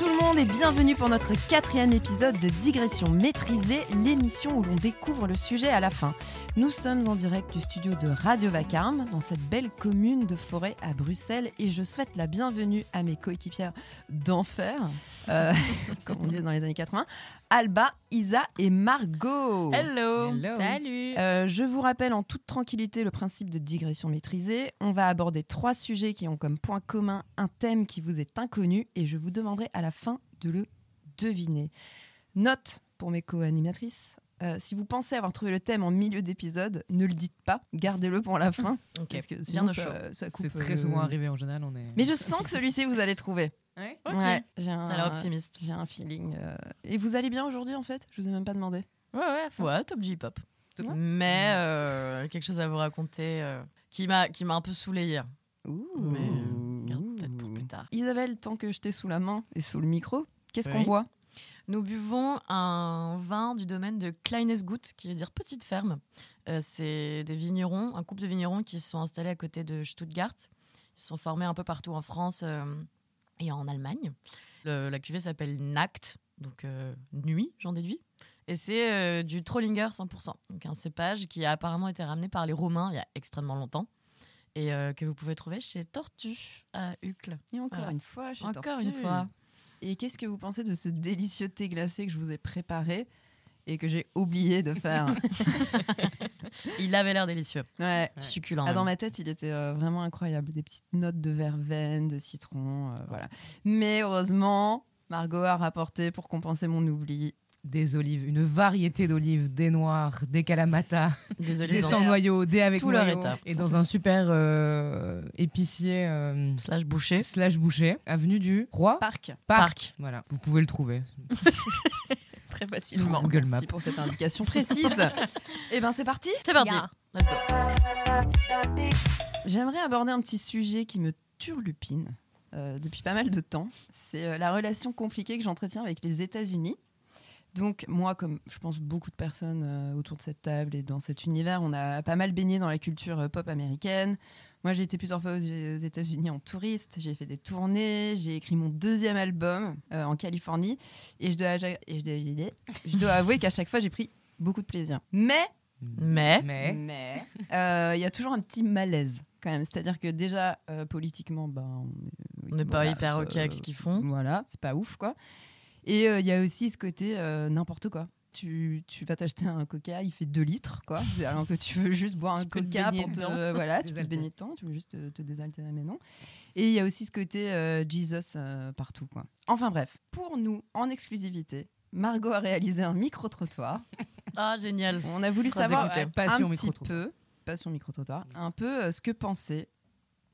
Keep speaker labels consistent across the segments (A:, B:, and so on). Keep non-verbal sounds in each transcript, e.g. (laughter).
A: tout le monde et bienvenue pour notre quatrième épisode de Digression maîtrisée, l'émission où l'on découvre le sujet à la fin. Nous sommes en direct du studio de Radio Vacarme, dans cette belle commune de forêt à Bruxelles, et je souhaite la bienvenue à mes coéquipières d'enfer, euh, (laughs) comme on disait dans les années 80, Alba, Isa et Margot.
B: Hello.
C: Salut
A: Euh, je vous rappelle en toute tranquillité le principe de digression maîtrisée. On va aborder trois sujets qui ont comme point commun un thème qui vous est inconnu et je vous demanderai à la fin de le deviner. Note pour mes co-animatrices. euh, si vous pensez avoir trouvé le thème en milieu d'épisode, ne le dites pas, gardez-le pour la fin.
C: Ok.
A: parce que
C: Bien
A: sinon,
C: au chaud.
A: ça, ça coupe.
B: C'est très
A: euh,
B: souvent arrivé en général, on est.
A: Mais je sens que celui-ci, vous allez trouver.
B: Ouais.
A: Ouais, j'ai
C: T'as l'air
A: un,
C: optimiste.
A: j'ai un feeling. euh, Et vous allez bien aujourd'hui, en fait Je vous ai même pas demandé.
C: Ouais, ouais, ouais, top du hip-hop.
A: Top.
C: Mais euh, quelque chose à vous raconter euh, qui m'a qui m'a un peu saoulé hier. Mais, euh, regarde, peut-être pour plus tard.
A: Isabelle, tant que je t'ai sous la main et sous le micro, qu'est-ce qu'on
C: Oui.
A: boit
C: Nous buvons un vin du domaine de Kleinesgut, qui veut dire petite ferme. Euh, c'est des vignerons, un couple de vignerons qui se sont installés à côté de Stuttgart. Ils se sont formés un peu partout en France euh, et en Allemagne. Le- la cuvée s'appelle Nacht, donc euh, nuit, j'en déduis. Et c'est euh, du Trollinger 100%, donc un cépage qui a apparemment été ramené par les Romains il y a extrêmement longtemps et euh, que vous pouvez trouver chez Tortue à Uccle.
A: Et encore
C: Voilà.
A: une fois, je suis
C: Encore
A: tortue.
C: une fois.
A: Et qu'est-ce que vous pensez de ce délicieux thé glacé que je vous ai préparé et que j'ai oublié de faire
C: Il avait l'air délicieux,
A: Ouais.
B: Ouais.
C: succulent.
A: Ah, dans
C: même.
A: ma tête, il était euh, vraiment incroyable. Des petites notes de verveine, de citron, euh, voilà. Mais heureusement, Margot a rapporté pour compenser mon oubli.
B: Des olives, une variété d'olives, des noirs, des calamata,
C: (laughs) Désolé.
B: des
C: Jean.
B: sans noyaux, des avec
C: Tout leur
B: noyaux,
C: état.
B: Et dans un super euh, épicier euh,
C: slash boucher.
B: slash boucher, avenue du Roi
A: Parc,
B: Parc. Voilà, vous pouvez le trouver.
A: très
B: Sur Google
A: Merci
B: Maps.
A: pour cette indication précise. et ben c'est parti.
C: C'est parti.
A: Yeah.
C: Let's go.
A: J'aimerais aborder un petit sujet qui me turlupine euh, depuis pas mal de temps. C'est euh, la relation compliquée que j'entretiens avec les États-Unis. Donc moi, comme je pense beaucoup de personnes euh, autour de cette table et dans cet univers, on a pas mal baigné dans la culture euh, pop américaine. Moi, j'ai été plusieurs fois aux aux États-Unis en touriste, j'ai fait des tournées, j'ai écrit mon deuxième album euh, en Californie et je dois, aja- et je dois- je dois avouer qu'à chaque fois, j'ai pris beaucoup de plaisir. Mais
C: Mais
B: Mais
A: mais euh, il y a toujours un petit malaise quand même. C'est-à-dire que déjà, euh, politiquement, ben, on est-
C: on n'est pas
A: voilà,
C: hyper
A: ça-
C: ok avec ce qu'ils font.
A: Voilà, c'est pas ouf, quoi. Et euh, il y a aussi ce côté euh, n'importe quoi. Tu, tu vas t'acheter un coca, il fait 2 litres, quoi. (laughs) Alors que tu veux juste boire
B: Tu
A: un
B: peux te
A: coca
B: baigner
A: pour te, euh,
B: dedans.
C: (laughs)
A: voilà, tu peux te
B: Désaltérer.
A: baigner dedans, tu veux juste euh, te, te désaltérer, mais non. Et il y a aussi ce côté euh, Jesus euh, partout, quoi. Enfin bref, pour nous, en exclusivité, Margot a réalisé un micro-trottoir.
C: Ah, génial.
A: On a voulu
C: Très
A: savoir
C: dégoûté.
B: Passion
A: un petit
B: micro-trottoir.
A: peu, pas sur micro-trottoir, un peu euh, ce que pensaient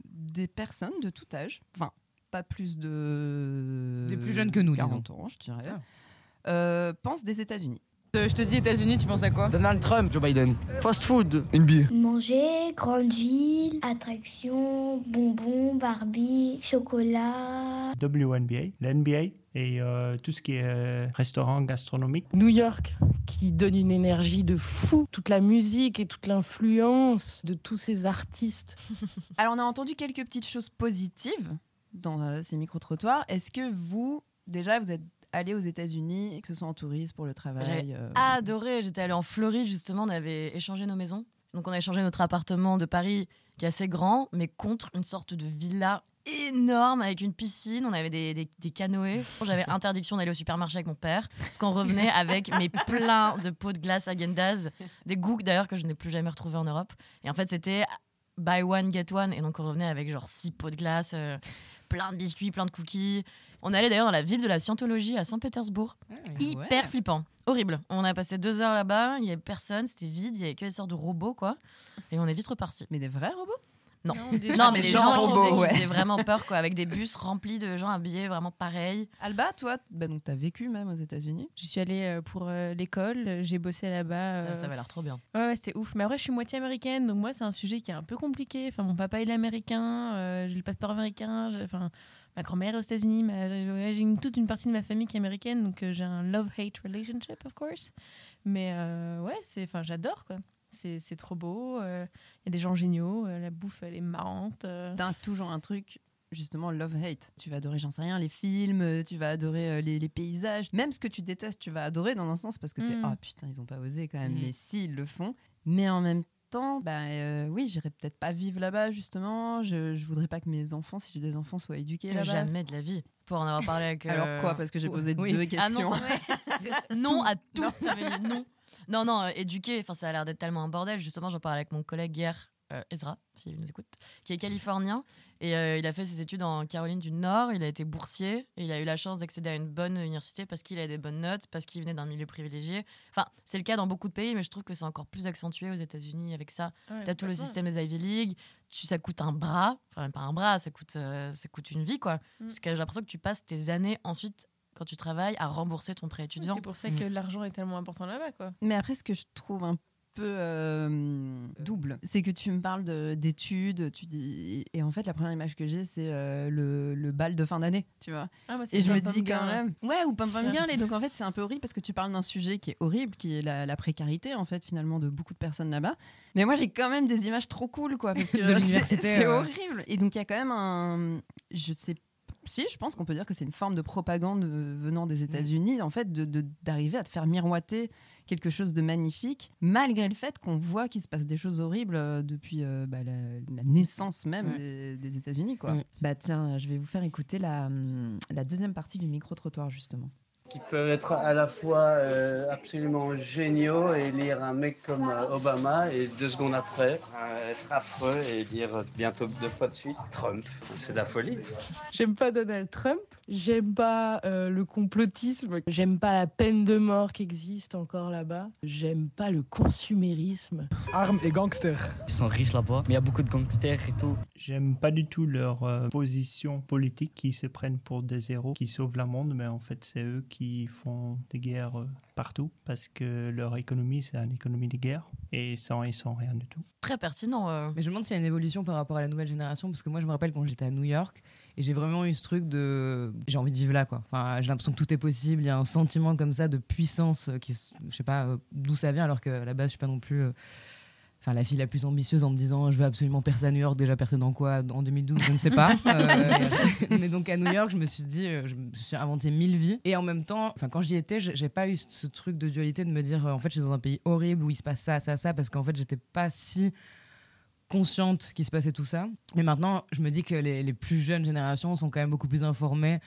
A: des personnes de tout âge, enfin, pas plus de...
B: Des plus jeunes que nous, Ah.
A: 40 ans, je dirais, euh, pensent des États-Unis.
B: Euh, je te dis États-Unis, tu penses à quoi
D: Donald Trump, Joe Biden,
C: Fast food.
D: NBA.
E: Manger, grande ville, attractions, bonbons, Barbie, chocolat.
F: WNBA, l'NBA et euh, tout ce qui est euh, restaurant gastronomique.
G: New York qui donne une énergie de fou, toute la musique et toute l'influence de tous ces artistes.
A: Alors, on a entendu quelques petites choses positives dans euh, ces micro-trottoirs. Est-ce que vous, déjà, vous êtes allé aux États-Unis, que ce soit en tourisme, pour le travail euh,
C: Adoré. J'étais allée en Floride, justement, on avait échangé nos maisons. Donc, on a échangé notre appartement de Paris, qui est assez grand, mais contre une sorte de villa énorme avec une piscine. On avait des, des, des canoës. J'avais interdiction d'aller au supermarché avec mon père, parce qu'on revenait avec mes pleins de pots de glace à Gendaz, des goûts d'ailleurs que je n'ai plus jamais retrouvés en Europe. Et en fait, c'était buy one, get one. Et donc, on revenait avec genre six pots de glace, euh, plein de biscuits, plein de cookies. On allait d'ailleurs dans la ville de la Scientologie à Saint-Pétersbourg.
A: Ah
C: Hyper flippant, horrible. On a passé deux heures là-bas, il n'y avait personne, c'était vide, il y avait que des sortes de robots, quoi. Et on est vite reparti.
A: Mais des vrais robots
C: Non, mais
A: des
C: les
A: gens
C: gens qui
A: robots,
C: faisaient, qui
A: ouais.
C: faisaient vraiment peur, quoi, avec des bus remplis de gens habillés vraiment pareil.
A: Alba, toi, bah, donc, t'as vécu même aux États-Unis.
H: Je suis allée euh, pour euh, l'école, euh, j'ai bossé là-bas. euh,
C: Ah, Ça va l'air trop bien.
H: Ouais, ouais, c'était ouf. Mais après, je suis moitié américaine, donc moi, c'est un sujet qui est un peu compliqué. Enfin, mon papa, il est américain, euh, j'ai le passeport américain, j'ai- enfin, ma grand-mère est aux États-Unis, ma- ouais, j'ai une- toute une partie de ma famille qui est américaine, donc euh, j'ai un love-hate relationship, of course. Mais euh, ouais, c'est, enfin, j'adore, quoi. C'est c'est trop beau, euh, il y a des gens géniaux, euh, la bouffe, elle est marrante. euh.
A: T'as toujours un truc justement love-hate. Tu vas adorer, j'en sais rien, les films, euh, tu vas adorer euh, les, les paysages. Même ce que tu détestes, tu vas adorer dans un sens parce que tu t'es
H: Mm.
A: ah putain, ils ont pas osé quand même,
B: Mm.
A: mais si, ils le font. Mais en même temps, bah, euh, oui, j'irai peut-être pas vivre là-bas justement. Je, je voudrais pas que mes enfants, si j'ai des enfants, soient éduqués là-bas.
C: Jamais de la vie. Pour en avoir parlé avec.
A: Alors
C: euh,
A: quoi Parce que j'ai posé
B: oui.
A: deux
C: Ah non,
A: questions. (laughs)
C: non à (laughs) tout. Mais Non, non, non euh, éduquer, enfin, ça a l'air d'être tellement un bordel. Justement, j'en parlais avec mon collègue hier, euh, Ezra, s'il nous écoute, qui est californien. Et euh, il a fait ses études en Caroline du Nord. Il a été boursier. Et il a eu la chance d'accéder à une bonne université parce qu'il a des bonnes notes, parce qu'il venait d'un milieu privilégié. Enfin, c'est le cas dans beaucoup de pays, mais je trouve que c'est encore plus accentué aux États-Unis avec ça. T'as tout le système des Ivy League, tu, ça coûte un bras, enfin pas un bras, ça coûte, euh, ça coûte une vie quoi.
H: Mm.
C: Parce que j'ai l'impression que tu passes tes années ensuite, quand tu travailles, à rembourser ton prêt étudiant.
H: C'est pour ça que l'argent est tellement important là-bas, quoi.
A: Mais après, ce que je trouve un peu euh, double, c'est que tu me parles de- d'études, tu dis, et en fait, la première image que j'ai, c'est euh, le, le bal de fin d'année, tu vois.
H: Ah, moi, c'est
A: Et je me
H: Pom Pom
A: dis quand
H: Girl.
A: même, ouais, ou pom pom girl. Et donc en fait, c'est un peu horrible parce que tu parles d'un sujet qui est horrible, qui est la, la précarité en fait finalement de beaucoup de personnes là-bas. Mais moi, j'ai quand même des images trop cool, quoi, parce que (laughs)
B: De
A: c'est-
B: l'université,
A: c'est
B: ouais.
A: horrible. Et donc il y a quand même un, je sais. Si, je pense qu'on peut dire que c'est une forme de propagande euh, venant des États-Unis, en fait, d'arriver de, d'arriver à te faire miroiter quelque chose de magnifique, malgré le fait qu'on voit qu'il se passe des choses horribles euh, depuis euh, bah, la, la naissance même
D: Ouais.
A: des, des États-Unis. quoi.
D: Mm. Bah tiens, je vais vous faire écouter la, hum, la deuxième partie du micro-trottoir, justement.
I: qui peuvent être à la fois euh, absolument géniaux et lire un mec comme euh, Obama et deux secondes après euh, être affreux et dire euh, bientôt deux fois de suite Trump. C'est de la folie.
G: J'aime pas Donald Trump, j'aime pas euh, le complotisme, j'aime pas la peine de mort qui existe encore là-bas, j'aime pas le consumérisme.
J: Armes et gangsters.
K: Ils sont riches là-bas, mais il y a beaucoup de gangsters et tout.
F: J'aime pas du tout leur euh, position politique qui se prennent pour des héros qui sauvent le monde, mais en fait, c'est eux qui font des guerres euh, partout parce que leur économie, c'est une économie de guerre et sans, ils sont rien du tout.
C: Très pertinent. euh.
B: Mais je me demande s'il y a une évolution par rapport à la nouvelle génération, parce que moi je me rappelle quand j'étais à New York et j'ai vraiment eu ce truc de j'ai envie de vivre là quoi. Enfin, j'ai l'impression que tout est possible, il y a un sentiment comme ça de puissance euh, qui s- je sais pas euh, d'où ça vient alors que à la base je suis pas non plus euh, Enfin, la fille la plus ambitieuse en me disant je veux absolument percer à New York, déjà percer dans quoi En 2012, je ne sais pas. Euh, mais donc à New York, je me suis dit, euh, je me suis inventé mille vies. Et en même temps, enfin quand j'y étais, j'ai j'ai pas eu ce- ce truc de dualité de me dire euh, en fait je suis dans un pays horrible où il se passe ça, ça, ça, parce qu'en fait j'étais pas si consciente qu'il se passait tout ça. Mais maintenant, je me dis que les, les plus jeunes générations sont quand même beaucoup plus informées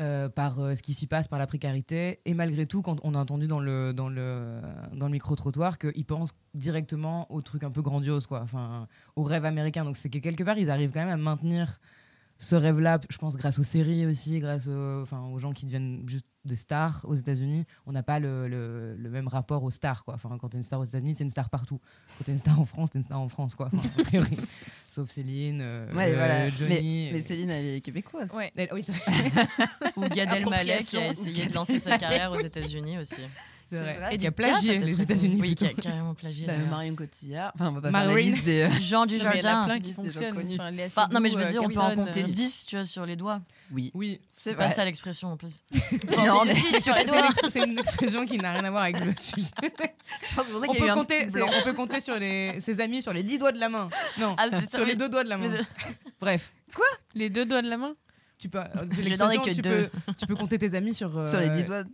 B: euh, par euh, ce qui s'y passe, par la précarité. Et malgré tout, quand on a entendu dans le, dans le, dans le micro-trottoir qu'ils pensent directement aux trucs un peu grandioses, quoi. Enfin, au rêve américain. Donc c'est que quelque part, ils arrivent quand même à maintenir ce rêve-là, je pense, grâce aux séries aussi, grâce aux, enfin, aux gens qui deviennent juste des stars aux États-Unis. On n'a pas le, le- le même rapport aux stars, quoi. Enfin, quand t'es une star aux États-Unis, t'es une star partout. Quand t'es une star en France, t'es une star en France, quoi. Enfin, a priori. (laughs) Sauf Céline, euh,
A: Ouais,
B: euh,
A: voilà.
B: Johnny. euh,
A: Mais Céline, elle est québécoise.
H: Ouais.
B: Elle- oui, c'est vrai.
C: Ou Gad Elmaleh qui a
H: Appropriation.
C: essayé de lancer sa carrière aux États-Unis aussi.
B: C'est vrai.
C: Et
B: qui a plagié les États-Unis.
C: Oui, qui
B: plutôt.
C: a carrément plagié.
A: Bah,
C: d'ailleurs.
A: Marion Cotillard. Enfin, on va pas faire
B: Marine.
A: la liste des. euh,
C: Jean du
H: Non, mais il y en a
C: Jardin.
H: plein qui
A: Des gens
H: fonctionnent.
A: connus.
H: Enfin, les
C: Enfin, non, mais je veux
H: Seydoux,
C: dire, on peut
H: Carlton,
C: en compter
H: euh,
C: 10, tu vois, sur les doigts.
A: Oui.
B: Oui.
A: C'est
C: (laughs) C'est pas
A: vrai.
C: ça l'expression en plus.
A: Non,
C: Non, mais
A: mais-
C: 10 sur les
B: C'est
C: doigts.
B: une- (laughs) C'est une expression qui n'a rien à voir avec le sujet.
A: (laughs) Je pense que c'est pour ça
B: On
A: qu'il y a eu
B: peut,
A: un
B: compter,
A: petit
B: c'est-
A: blanc.
B: on peut compter sur les, ses amis sur les dix doigts de la main. Non,
C: Ah, c'est
B: sur les deux doigts de la main.
C: Mais-
B: Bref,
H: Les deux doigts de la main
B: tu peux,
C: Je n'en ai que
B: tu,
C: deux.
B: Peux, tu peux compter tes amis sur. euh,
A: Sur les dix doigts.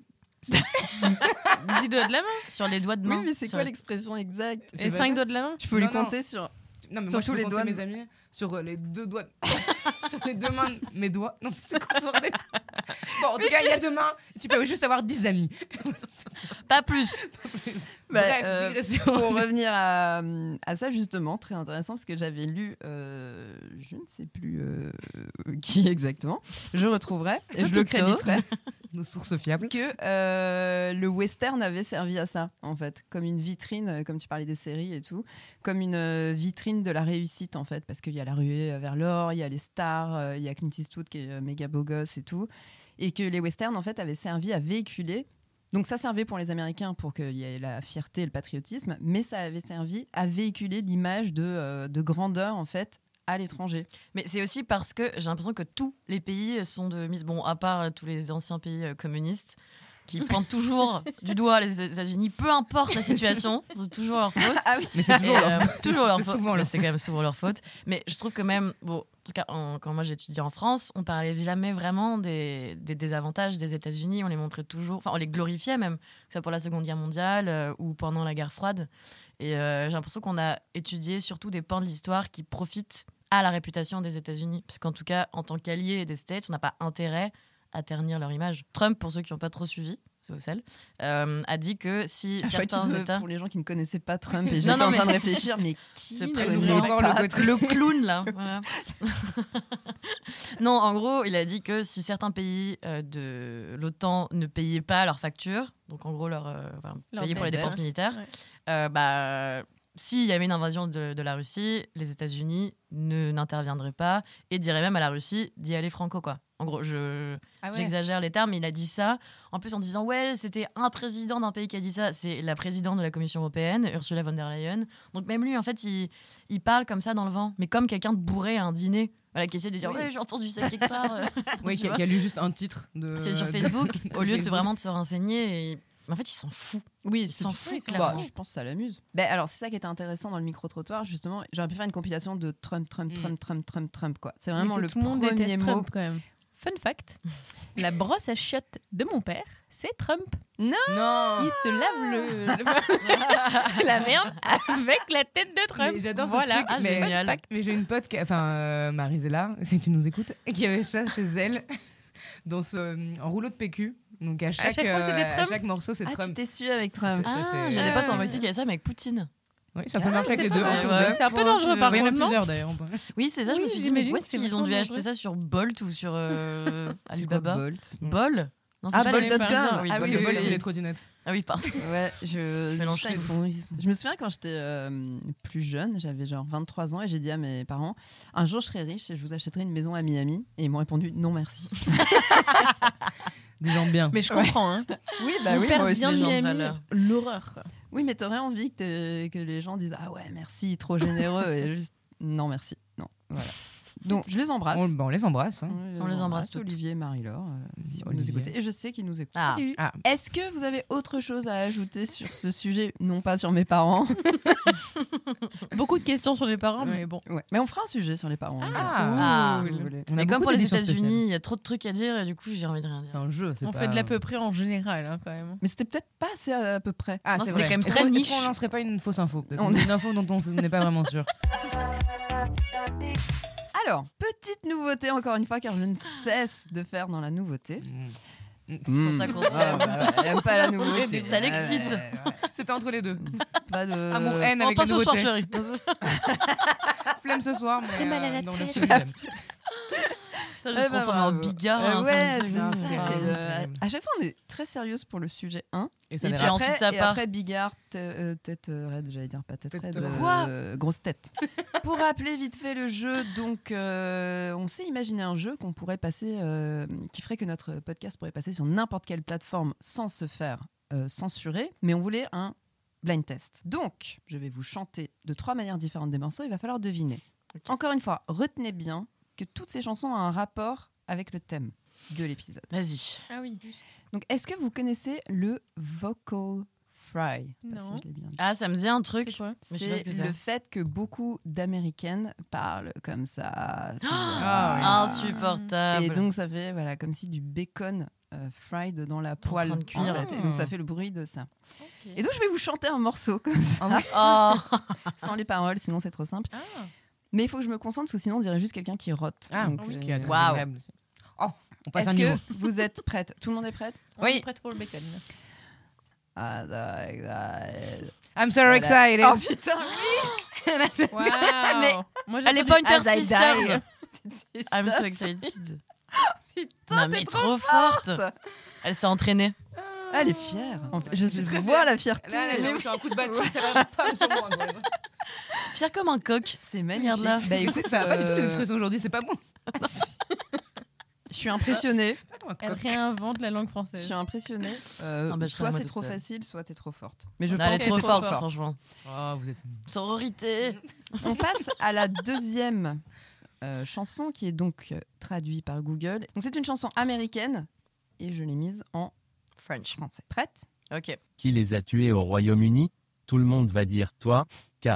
H: Les (laughs) dix doigts de la main
C: Sur les doigts de main.
A: Oui, mais c'est
C: Sur
A: quoi
C: les-
A: l'expression exacte
H: Les cinq doigts de la main
A: Je peux lui
B: Non, non.
A: compter sur.
B: Non, mais
A: sur
B: moi, je
A: tous
B: peux
A: les
B: compter
A: doigts de-
B: mes amis sur euh, les deux doigts. de- (laughs) sur les deux mains, de mes doigts. Non, mais c'est quoi ce bordel Bon, en tout cas, il y a deux mains. Tu peux juste avoir dix amis.
C: Pas plus.
A: Bah,
B: Bref,
A: euh,
B: (laughs) digression.
A: pour revenir à, à ça justement, très intéressant parce que j'avais lu, euh, je ne sais plus euh, qui exactement, je retrouverai et je le
C: Topito.
A: créditerai,
B: Nos sources fiables.
A: que euh, le western avait servi à ça en fait, comme une vitrine, euh, comme tu parlais des séries et tout, comme une euh, vitrine de la réussite en fait, parce qu'il y a la ruée vers l'or, il y a les stars, euh, il y a Clint Eastwood qui est euh, méga beau gosse et tout, et que les westerns en fait avaient servi à véhiculer donc ça servait pour les Américains pour qu'il y ait la fierté et le patriotisme, mais ça avait servi à véhiculer l'image de, euh, de grandeur en fait à l'étranger.
C: Mais c'est aussi parce que j'ai l'impression que tous les pays sont de mise. Bon, à part tous les anciens pays euh, communistes. qui pointent toujours du doigt les États-Unis, peu importe la situation, c'est toujours leur faute.
A: Ah oui.
B: Mais c'est toujours
C: Et,
B: leur
C: (laughs) euh,
B: faute.
C: toujours leur
B: C'est
C: faute.
B: souvent
C: Mais
B: leur
C: C'est quand même souvent leur faute. Mais je trouve que même, bon, en tout cas, en- quand moi j'étudiais en France, on parlait jamais vraiment des, des désavantages des États-Unis. On les montrait toujours, enfin, on les glorifiait même, que ce soit pour la Seconde Guerre mondiale euh, ou pendant la guerre froide. Et euh, j'ai l'impression qu'on a étudié surtout des pans de l'histoire qui profitent à la réputation des États-Unis. Parce qu'en tout cas, en tant qu'allié des States, on n'a pas intérêt à ternir leur image. Trump, pour ceux qui n'ont pas trop suivi, c'est au sel, euh, a dit que si
B: Ah,
A: Je crois que tu
C: certains
A: disais
C: États.
A: Pour les gens qui ne connaissaient pas Trump,
C: Non,
A: et j'étais
C: non,
A: en train de
C: mais-
A: réfléchir, mais qui
C: Ce
A: ne
C: président.
A: connaît
B: Encore le
A: pas
B: côté.
C: le clown (laughs) là. voilà. non, en gros, il a dit que si certains pays euh, de l'OTAN ne payaient pas leurs factures, donc en gros leur, euh, enfin,
H: Leur
C: payaient pour les
H: dette.
C: dépenses militaires,
H: Ouais.
C: euh, bah s'il y avait une invasion de, de la Russie, les États-Unis ne n'interviendraient pas et diraient même à la Russie d'y aller franco quoi. En gros, je
H: Ah ouais.
C: J'exagère les termes, mais il a dit ça. En plus, en disant, ouais, c'était un président d'un pays qui a dit ça. C'est la présidente de la Commission européenne, Ursula von der Leyen. Donc, même lui, en fait, il, il parle comme ça dans le vent, mais comme quelqu'un de bourré à un dîner. Voilà, qui essaie de dire,
A: Oui.
C: ouais, j'ai entendu ça quelque part. euh.
B: Oui,
C: Tu
B: qui a,
C: vois
B: qui a lu juste un titre de.
C: C'est sur
B: de-
C: Facebook, au lieu de se-
B: Facebook.
C: vraiment de se renseigner. et- mais En fait, il s'en fout.
A: Oui,
C: Il
A: c'est-
C: s'en fout,
H: ils s'en
C: clairement.
A: Bah, je pense que ça l'amuse. Ben, alors, c'est ça qui était intéressant dans le micro-trottoir, justement. J'aurais pu faire une compilation de Trump, Trump,
B: Mm.
A: Trump, Trump, Trump, Trump, quoi. C'est
H: Mais
A: vraiment
H: c'est
A: le
H: tout le monde
A: premier
H: déteste
A: mot.
H: Trump quand même. Fun fact la brosse à chiottes de mon père, c'est Trump.
B: Non.
H: Il se lave le, le- (laughs) la merde avec la tête de Trump.
B: Mais J'adore
H: voilà.
B: ce truc,
H: Ah, j'ai
B: mais,
H: pas de pacte.
B: mais j'ai une pote, qui- enfin euh, Marisela, (laughs) si tu nous écoutes, et qui avait ça chez elle (laughs) dans ce, en rouleau de PQ. Donc à chaque, euh,
H: chaque fois, c'était
B: à
H: Trump
B: chaque morceau, c'est
A: Ah, tu
B: Trump.
A: t'es su avec Trump.
B: Ça,
C: Ah,
B: c'est-
C: j'ai des
H: Ah,
C: potes en
H: ouais.
C: Russie qui avaient ça, mais avec Poutine.
B: Oui, ça peut
H: Ah,
B: marcher avec les
H: c'est
B: deux.
H: pas
B: hein,
H: mal.
B: c'est
C: Ouais.
B: vrai.
H: C'est un peu dangereux,
B: Il
H: par
B: y en a
H: contre, non
B: plusieurs d'ailleurs.
C: Oui, c'est ça, je me
H: Oui,
C: suis dit, mais
H: j'imagine
C: où
H: que
C: est-ce
H: c'est
C: qu'ils ont
H: vachement
C: dû acheter
H: dangereux.
C: ça sur Bolt ou sur euh,
A: C'est quoi,
C: Alibaba
A: Bolt
C: Bol Non, c'est
A: Ah,
C: pas
A: Bolt
C: les-
A: dot com.
C: Ah oui,
A: Ah oui,
C: Bolt,
A: oui,
C: c'est
A: oui.
B: les
C: les-
B: trottinettes.
C: Ah oui, pardon.
A: Ouais, je,
C: mélange
A: ça,
C: tout.
A: ils sont- ils sont- je me souviens quand j'étais euh, plus jeune, j'avais genre 23 ans et j'ai dit à mes parents un jour je serai riche et je vous achèterai une maison à Miami et ils m'ont répondu non merci.
B: Des gens bien.
H: Mais je comprends, hein.
A: Bah oui,
H: Mon père vient de
C: genre de
H: Miami,
C: valeur.
H: l'horreur, quoi.
A: Oui, mais t'aurais envie que, t'es- que les gens disent ah ouais merci, trop généreux et juste non merci. Non, voilà. Donc je les embrasse.
B: On, bah, on les embrasse. hein.
A: On
C: les embrasse toutes.
A: Olivier, Marie-Laure, euh, si vous nous
B: Olivier.
A: écoutez. Et je sais qu'ils nous écoutent.
C: Ah.
H: Salut.
A: Est-ce que vous avez autre chose à ajouter sur ce sujet Non pas sur mes parents.
H: Beaucoup de questions sur les parents, mais bon.
A: Ouais. Mais on fera un sujet sur les parents. un jour.
C: Ah.
A: Si vous voulez.
B: On a
C: Mais comme
B: beaucoup
C: pour les
B: d'éditions spéciales.
C: États-Unis, il y a trop de trucs à dire et du coup, j'ai envie de rien dire.
B: c'est un jeu. c'est
H: On
B: pas-
H: fait de l'à peu près en général, hein, quand même.
A: Mais c'était peut-être pas assez à, à peu près.
B: Ah,
C: Non,
B: c'est
C: c'était
B: vrai.
C: quand même
B: Est-ce
C: très
B: qu'on- est-ce
C: niche.
B: qu'on lancerait pas une fausse info peut-être
A: On-
B: Une info dont on s- n'est pas vraiment sûr.
A: Alors, petite nouveauté encore une fois, car je ne cesse de faire dans la nouveauté.
J: Hmm.
C: pour ça qu'on
A: Ah,
C: t'aime.
A: bah, elle aime pas
C: (laughs)
A: la nouveauté.
C: Ça l'excite.
A: Ouais, ouais, ouais.
B: C'était entre les deux.
A: Pas de...
B: Amour-haine
C: On
B: avec la
C: passe au Oh, soir,
B: nouveauté.
C: chérie.
B: Flemme ce soir, mais
H: J'ai mal à la
B: euh, dans le
H: tête.
B: sixième.
C: Je
A: Eh
C: me
A: ben,
C: transforme en
A: bravo.
C: bigard.
A: Euh,
C: hein,
A: ouais,
C: samedi.
A: c'est ça.
B: c'est
A: c'est,
B: pas
A: euh,
B: terrible.
A: à chaque fois, on est très sérieuse pour le sujet 1.
B: Et ça
C: Et puis
B: verra.
C: en- ensuite, ça
A: et
C: part.
A: après, Bigard, t- euh, tête euh, raide, j'allais dire pas tête
B: Tête
A: raide.
B: de-
A: euh, grosse tête. (laughs) pour rappeler vite fait le jeu, donc euh, on s'est imaginé un jeu qu'on pourrait passer, euh, qui ferait que notre podcast pourrait passer sur n'importe quelle plateforme sans se faire euh, censurer, mais on voulait un blind test. Donc, je vais vous chanter de trois manières différentes des morceaux, il va falloir deviner. Encore une fois, retenez bien que toutes ces chansons ont un rapport avec le thème de l'épisode.
C: Vas-y.
H: Ah oui.
A: Donc, est-ce que vous connaissez le vocal fry Je sais pas si
H: Non.
A: je l'ai bien dit.
C: Ah, ça me dit un
H: C'est
C: truc.
H: quoi
C: Mais je sais pas ce que
A: C'est le
C: c'est.
A: fait que beaucoup d'américaines parlent comme ça. tout le temps.
B: Ah
C: Insupportable.
A: et donc, ça fait voilà, comme si du bacon euh, fried dans la
C: en
A: poêle.
C: train de cuire.
A: fait. Et donc, ça fait le bruit de ça. Et donc, je vais vous chanter un morceau comme
C: (laughs)
A: ça, (laughs)
C: Oh,
A: sans les paroles, sinon c'est trop simple.
H: Ah.
A: Mais il faut que je me concentre, parce que sinon, on dirait juste quelqu'un qui rote.
B: Ah,
A: Donc,
B: oui,
A: euh,
B: qui est
C: Waouh.
B: adorable. Oh, on passe
A: Est-ce
B: un niveau.
A: que vous êtes prête Tout le monde est prête
H: On
C: Oui.
H: est prête pour le bacon.
A: Ah, ça, ça,
B: I'm so excited.
A: Oh putain
H: Waouh.
C: Mais
H: Moi, j'ai
C: elle est
H: entendu-
A: Ah,
C: Pointer
H: As I die.
A: (laughs)
C: Sisters. I'm so
A: Stop.
C: excited.
A: Putain,
C: non, mais
A: t'es trop
C: trop forte. Elle s'est entraînée.
A: Elle est fière. En fait, Je,
B: Je suis très
A: vois
B: fière.
A: la fierté.
B: Là, elle a eu un coup de batterie. t'as vraiment pas sur moi, quoi.
C: Fière comme un coq.
A: C'est
C: Regarde là.
A: Bah écoute,
B: Ça va pas du tout les
A: euh,
B: expressions aujourd'hui, c'est pas bon.
A: je suis impressionnée. (laughs)
B: Pas comme un
H: Elle
B: coq.
H: réinvente la langue
A: Je
H: française.
A: suis impressionnée. Euh,
C: Ah bah, je serais
A: soit
C: moi
A: c'est
C: toute
A: trop
C: seule.
A: facile, soit t'es trop forte. Mais je
C: Non,
A: pense
C: elle est
A: que
C: trop
A: t'es
C: forte, franchement.
B: Oh, vous êtes.
C: Sororité.
A: (laughs) On passe à la deuxième euh, chanson qui est donc euh, traduite par Google. Donc c'est une chanson américaine et je l'ai mise en
C: French.
A: Français. Prête
C: Ok.
J: Qui les a tués au Royaume-Uni Tout le monde va dire toi, K.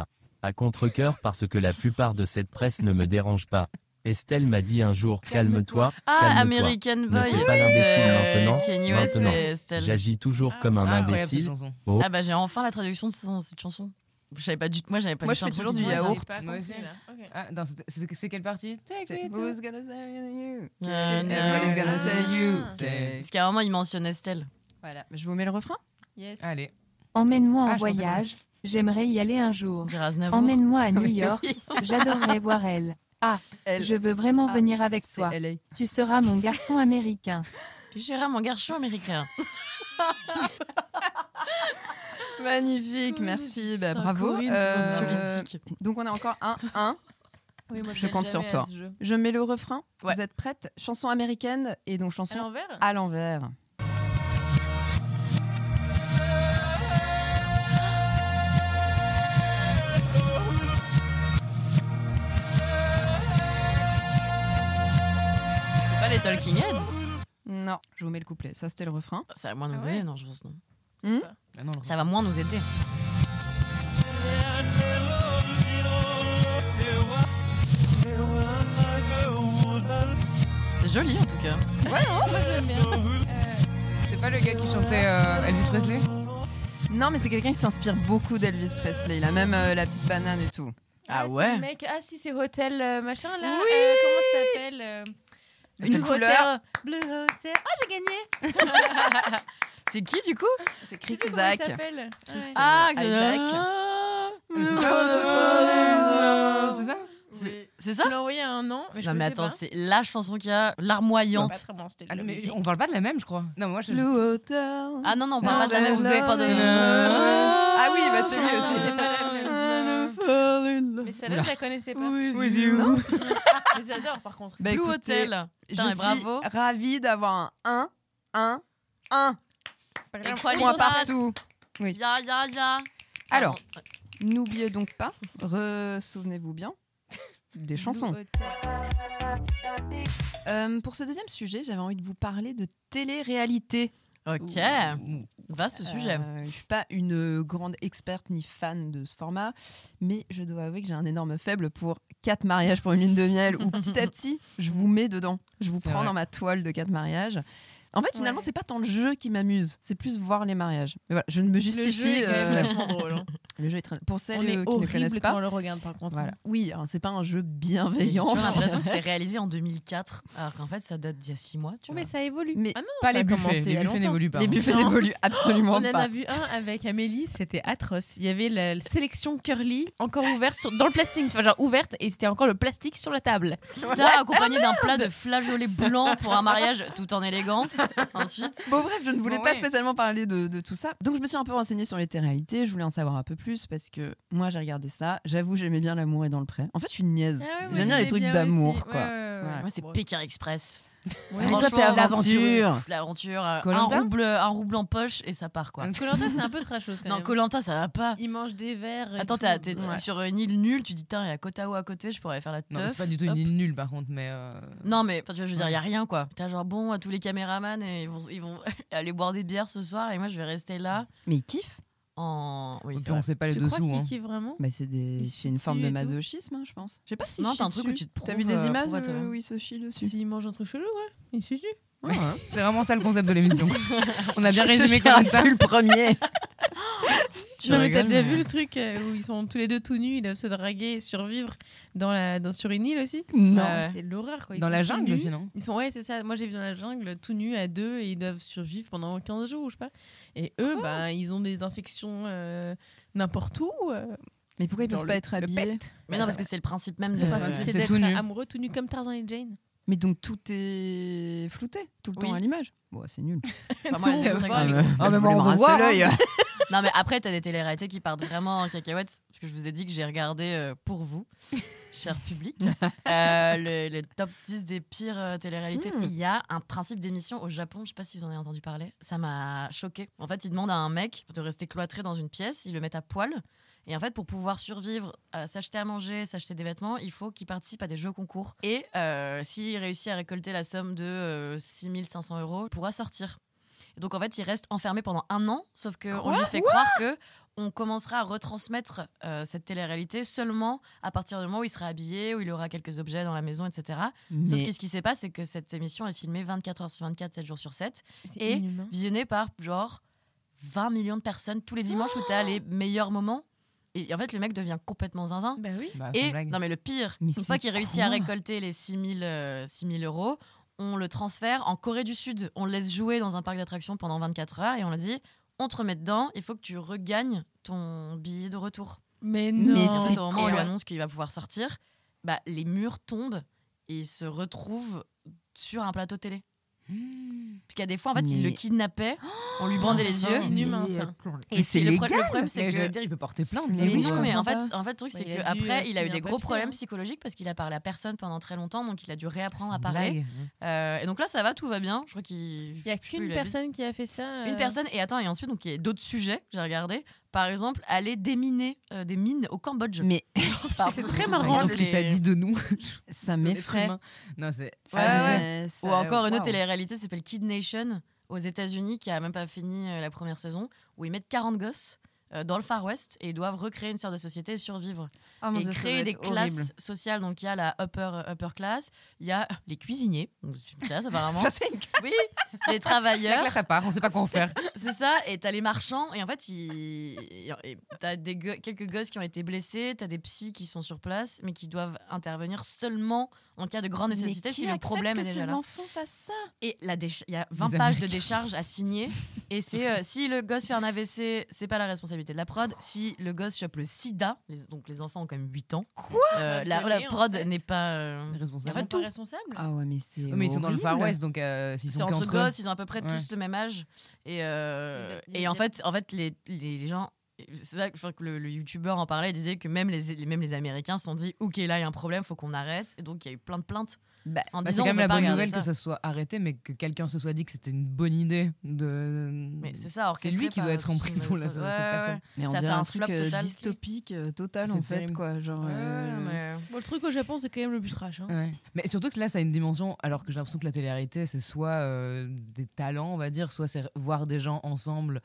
J: À contre-coeur parce que la plupart de cette presse ne me dérange pas. Estelle m'a dit un jour calme-toi.
C: Ah,
J: calme-toi.
C: American
J: Ne
C: Boy.
J: fais
C: Oui,
J: pas l'imbécile
C: euh,
J: maintenant.
C: Kanye West et
J: maintenant.
C: Estelle.
J: J'agis toujours comme un
C: Ah, incroyable,
J: imbécile.
C: cette chanson.
J: Oh.
C: Ah bah j'ai enfin la traduction de son- cette chanson. Je savais pas du tout. Moi j'avais pas
A: Moi,
C: du
A: je
C: tout
A: fais toujours
C: l'impression
A: du
C: qu'ils
A: yaourt.
C: disaient-
B: Moi aussi. Ah, non, c'était- c'était- c'est quelle partie
A: C'est
B: Take me
A: Who's
B: to-
A: gonna say you Ah,
C: Euh, non.
A: Everybody's gonna say you
C: Parce qu'à un moment il mentionne Estelle.
A: Voilà, je vous mets le refrain
H: Yes.
B: Allez.
L: Emmène-moi en
B: Ah, je pensais Ah
L: voyage, j'aimerais y aller un jour.
C: Dire
A: Oh,
C: Aznavour.
B: (laughs)
L: Emmène-moi à New
C: Oui.
L: York, j'adorerais voir elle. Ah,
A: Elle.
L: je veux vraiment
A: Ah,
L: venir avec toi.
A: LA.
L: Tu seras mon garçon américain.
C: Gérard mon garçon américain.
A: Magnifique, merci, bah,
C: c'est un
A: bravo. Euh,
C: Corinne, ce genre de politique.
A: donc on a encore un 1.
H: Oui, moi,
A: je
H: je m'aide
A: compte sur
H: jamais à
A: toi.
H: ce jeu.
A: Je mets le refrain.
C: Ouais.
A: Vous êtes prête Chanson américaine et donc chanson
H: À l'envers
A: à l'envers.
C: C'est pas les Talking Heads
A: Non, je vous mets le couplet. Ça c'était le refrain.
C: Ça va moins nous
H: Ah ouais
C: aider, non, je pense non.
B: Ah non, le-
C: Ça va moins nous aider. C'est joli en tout cas.
A: ah
B: C'est pas le gars qui chantait euh, Elvis Presley
A: Non, mais c'est quelqu'un qui s'inspire beaucoup d'Elvis Presley. Il a même euh, la petite banane et tout.
C: Ah
H: c'est
C: ouais.
H: le Mec, ah si, c'est Hotel euh, machin là.
A: Oui.
H: euh, comment ça s'appelle euh,
A: Hotel
H: Blue
A: couleur.
H: Hotel. Blue Hotel. Oh, j'ai gagné.
C: C'est qui du coup
A: C'est
H: Je
A: Chris
H: sais plus comment il
A: Isaac.
H: s'appelle. Ouais.
C: Ah,
A: Isaac.
B: Ah, C'est ça
C: C'est- C'est ça
H: Je l'ai envoyé à un an, mais je
C: Non mais
H: connaissais
C: attends,
H: pas.
C: c'est la chanson qui a
H: Non, pas
C: larmoyante.
H: très bon, c'était
B: Ah non,
H: la
B: mais
H: musique.
B: on parle pas de la même, je crois. Non, moi je.
A: Blue Hotel.
C: Ah non non, on
A: Non,
C: parle pas de la
A: mais
C: même. Vous
A: non,
C: avez pas
A: mais
C: de.
A: Ah oui, bah c'est lui aussi.
H: C'est pas la même. Mais celle-là, je la connaissais pas.
A: With you. (laughs) Non
H: Mais j'adore par contre.
A: Bah,
C: Blue
A: écoutez,
C: Hotel.
A: je
C: Putain, mais
A: suis
C: bravo.
A: ravie d'avoir un 1, 1, 1
C: Et trois
A: point
C: lignes
A: partout.
C: droites. Ya ya ya.
A: Alors, n'oubliez donc pas, ressouvenez-vous bien (laughs) des chansons.
H: Blue Hotel.
A: Euh, pour ce deuxième sujet, j'avais envie de vous parler de télé-réalité.
C: Ok, va ce sujet.
A: Euh, je suis pas une euh, grande experte ni fan de ce format, mais je dois avouer que j'ai un énorme faible pour quatre mariages pour une lune de miel où petit à petit, je vous mets dedans. Je vous
B: C'est
A: prends
B: vrai.
A: dans ma toile de quatre mariages. En fait, finalement,
H: Ouais.
A: c'est pas tant le jeu qui m'amuse, c'est plus voir les mariages. Mais voilà, je ne me
H: Le
A: justifie.
H: jeu est quand même (laughs)
A: euh,
H: vachement
A: (laughs)
H: drôle. hein.
A: le jeu est très- Pour celles
H: On est
A: euh, qui ne
H: horrible
A: connaissent pas,
H: quand on le regarde par contre.
A: voilà. Oui, alors, c'est pas un jeu
C: J'ai
A: bienveillant. (laughs)
C: toujours
A: je
C: l'impression que
A: dirais.
C: c'est réalisé en 2004, alors qu'en fait ça date d'il y a 6 mois. Tu
H: Oh,
C: vois.
H: mais ça évolue.
A: Mais
H: ah non,
B: Pas
H: ça
B: les
H: a commencé
B: buffets.
H: il y
B: Les
H: a
B: buffets
H: longtemps.
B: n'évoluent pas. hein.
A: les buffets
H: Non.
A: n'évoluent absolument
H: On en
A: pas.
H: a vu un avec Amélie, c'était atroce. Il y avait la sélection curly encore ouverte sur- dans le plastique, enfin genre ouverte, et c'était encore le plastique sur la table.
C: Ça accompagné d'un plat de flageolets blancs pour un mariage tout en élégance. Ensuite,
A: Bon bref, je ne voulais
B: Bon,
A: pas
B: ouais.
A: spécialement parler de, de tout ça. Donc je me suis un peu renseignée sur les réalités je voulais en savoir un peu plus parce que moi j'ai regardé ça, j'avoue j'aimais bien l'amour et dans le pré. En fait je suis une niaise, j'aime bien les trucs d'amour quoi.
H: Ah
C: moi c'est Pékin Express.
A: Mais toi
C: Franchement,
A: t'es aventure
C: L'aventure, euh, un
B: Koh-Lanta
C: rouble, un rouble en poche et ça part quoi.
H: Colanta, c'est un peu trashos quand
C: Non,
H: même.
C: Colanta ça va pas.
H: Il mange des verres. et
C: Attends,
H: tout.
C: t'es t'es-
H: Ouais.
C: t'es sur une île nulle, tu dis, tiens, il y a Kotao à côté, je pourrais faire la teuf.
B: Non, mais c'est pas du tout une
C: Hop.
B: ligne nulle par contre, mais. euh,
C: Non, mais enfin, tu vois, je veux dire, il y a rien quoi. T'as genre, bon, à tous les caméramans, et ils vont, ils vont (laughs) aller boire des bières ce soir, et moi je vais rester là
A: Mais ils kiffent
C: en. Oui,
B: et
C: c'est
B: puis on
C: vrai.
B: sait pas les
H: Tu
B: dessous.
H: crois qu'il
B: hein.
H: kiffe vraiment
A: bah, c'est des...
H: Ils
A: c'est
H: se
A: une forme
H: tuent
A: de
H: et tout.
A: masochisme, hein, je pense. Je sais pas si
C: Non,
A: je
C: t'as un
A: chie
C: truc où
A: dessus.
C: tu te
A: T'as vu
C: prouves,
A: des
C: euh,
A: images
C: pourquoi
A: euh,
C: toi-même
A: où il se chie dessus
H: S'il mange un truc chelou, ouais. Il se dit.
A: Ouais, hein. ouais.
B: C'est vraiment ça le concept de l'émission. on a bien
A: Ce
B: résumé
A: chien,
B: comme ça.
A: C'est le premier
C: Tu
H: Non, mais t'as
C: rigoles,
H: déjà
C: mais-
H: vu le truc euh, où ils sont tous les deux tout nus, ils doivent se draguer et survivre dans la, dans, sur une île aussi
A: Non.
H: Ah, C'est l'horreur quoi. Ils
B: Dans
H: sont
B: la
H: tout
B: jungle
H: nus.
B: aussi, non
H: Ils sont, ouais, c'est ça. Moi, j'ai vu dans la jungle, tout nus à deux, et ils doivent survivre pendant 15 jours, je sais pas. Et eux, bah, ils ont des infections euh, n'importe où. euh,
A: Mais pourquoi ils
H: dans
A: peuvent
H: le-
A: pas être
H: le
A: habillés
H: pet.
C: Mais non, parce que c'est le principe même
H: C'est
C: de.
H: pas ça,
B: ouais.
H: c'est
B: C'est
H: d'être
B: tout nu.
H: amoureux tout nu comme Tarzan et Jane.
A: Mais donc tout est flouté, tout le
H: Oui.
A: temps à l'image. Bon, c'est nul.
C: (laughs) Enfin, moi, les
H: Non,
C: extraits que
H: bah,
C: j'ai-
B: Ah, mais
A: Je voulais me
B: bon, on veut
A: rincer
B: voir, hein.
A: l'œil.
C: Non, mais après, t'as des téléréalités qui partent vraiment en cacahuète. Parce que je vous ai dit que j'ai regardé euh, pour vous, cher public, euh, le, le top 10 des pires euh, téléréalités.
A: Hmm.
C: Il y a un principe d'émission au Japon, je sais pas si vous en avez entendu parler. Ça m'a choqué. En fait, ils demandent à un mec de rester cloîtré dans une pièce, ils le mettent à poil. Et en fait, pour pouvoir survivre, euh, s'acheter à manger, s'acheter des vêtements, il faut qu'il participe à des jeux concours. euh, Et euh, s'il réussit à récolter la somme de 6500 euros, il pourra sortir. Et donc en fait, il reste enfermé pendant un an, sauf qu'on
H: Quoi
C: lui fait
H: Quoi
C: croire que on commencera à retransmettre euh, cette télé-réalité seulement à partir du moment où il sera habillé, où il aura quelques objets dans la maison, etc. Sauf
H: Mais-
C: que ce qui se passe, c'est que cette émission est filmée 24 heures sur 24, 7 jours sur 7,
H: C'est
C: et
H: inhumain.
C: visionnée par genre 20 millions de personnes tous les dimanches où tu as les meilleurs moments. Et en fait, le mec devient complètement zinzin.
B: Bah, sans
C: et
B: blague.
C: non, mais le pire,
B: Mais
C: une
B: c'est
C: fois qu'il réussit à
B: quoi
C: récolter les 6000 euros, on le transfère en Corée du Sud. On le laisse jouer dans un parc d'attractions pendant 24 heures et on le dit on te remet dedans, il faut que tu regagnes ton billet de retour.
H: Mais non. Mais
C: Et en fait,
H: c'est
C: au moment où on lui
H: quoi
C: annonce qu'il va pouvoir sortir, bah, les murs tombent et il se retrouve sur un plateau télé. Parce qu'il y a des fois, en fait, il
B: Mais-
C: le kidnappait, on
B: (gasps)
C: lui bandait les
B: Enfin,
C: yeux.
B: inhumain, ça. Mais
C: Et
B: c'est
C: le, pro-
B: légal.
C: le problème, c'est
B: Mais
C: que.
B: j'allais dire, il peut porter plainte,
C: Mais
B: lui, hein.
C: oui,
B: je
C: non, mais en fait,
B: comprends pas.
C: en fait, le truc,
B: Bah,
C: c'est
B: il a dû,
C: qu'après,
B: euh,
C: il a eu
B: signer un
C: des gros
B: papier,
C: problèmes
B: hein.
C: psychologiques parce qu'il a parlé à personne pendant très longtemps, donc il a dû réapprendre
B: C'est
C: à
B: une
C: parler.
B: blague.
C: Euh, et donc là, ça va, tout va bien. Je crois qu'il.
H: Il y a qu'une personne qui a fait ça. euh,
C: Une personne, et attends, et ensuite, donc, il y a d'autres sujets que j'ai regardé. Par exemple, aller déminer euh, des mines au Cambodge. (laughs)
A: Mais
B: (laughs) C'est très
C: Oh,
B: marrant ce que ça dit de nous.
A: Ça
B: De l'être
C: m'effraie.
B: humain. Non, c'est.
C: Ouais, ouais.
B: ça-
C: Ou encore une autre
B: waouh.
C: télé-réalité s'appelle Kid Nation aux États-Unis qui a même pas fini euh, la première saison où ils mettent 40 gosses euh, dans le Far West et ils doivent recréer une sorte de société et survivre
A: Ah, mon
C: et
A: Dieu, ça
C: créer
A: doit
C: des
A: être
C: classes
A: horrible.
C: sociales donc il y a la upper upper class il y a les cuisiniers donc c'est une classe apparemment
A: (laughs)
B: Ça, c'est
C: oui les travailleurs
B: La classe à part, on sait pas quoi en faire.
C: c'est ça, et t'as les marchands, et en fait, ils- et t'as des go- quelques gosses qui ont été blessés, t'as des psys qui sont sur place, mais qui doivent intervenir seulement en cas de grande
A: Mais
C: nécessité
A: qui
C: si le
A: accepte
C: problème
A: que
C: est déjà
A: ces
C: là.
A: enfants fassent ça
C: Et la décha- il y a 20
A: Les
C: pages de
A: Américains.
C: décharge à signer, et c'est euh, si le gosse fait un AVC, c'est pas la responsabilité de la prod, si le gosse chope le sida, les- donc les enfants ont quand même 8 ans, Quoi la, la
H: Désolée, en
C: prod n'est pas euh,
B: responsable.
C: en fait,
H: Ils sont pas
C: tout.
H: responsables
A: Ah ouais, mais c'est.
B: Mais ils sont dans le Far
A: horrible.
B: West, donc euh, s'ils
C: C'est
B: sont
C: entre
B: qu'entre eux.
C: gosses, ils ont à peu près
B: Ouais.
C: tous le même âge. Et, euh,
B: Il y a-
C: et en fait, en fait les, les, les gens. C'est ça que je crois que le, le youtubeur en parlait, il disait que même les, les- même les Américains se sont dit Ok, là, il y a un problème, faut qu'on arrête. Et donc, il y a eu plein de plaintes. en
B: Bah, c'est
C: disant
B: quand même
C: on peut
B: la
C: pas
B: bonne
C: regarder
B: nouvelle que ça soit arrêté, mais que quelqu'un se soit dit que c'était une bonne idée de.
C: Mais c'est ça,
B: Mm. C'est
C: orchestré
B: lui qui
C: par
B: doit être en
C: Simon
B: prison, là,
C: Belfort.
B: cette
C: Ouais, ouais,
B: personne.
C: ouais. Mais on Ça dirait fait un un truc, flop euh, total.
A: dystopique euh, total
B: C'est
A: en fait
B: terrible.
A: quoi genre euh,
H: Bon, le truc au Japon, c'est quand même le plus trash. hein.
B: Ouais. Mais surtout que là, ça a une dimension, alors que j'ai l'impression que la télé-réalité, c'est soit euh, des talents, on va dire, soit c'est voir des gens ensemble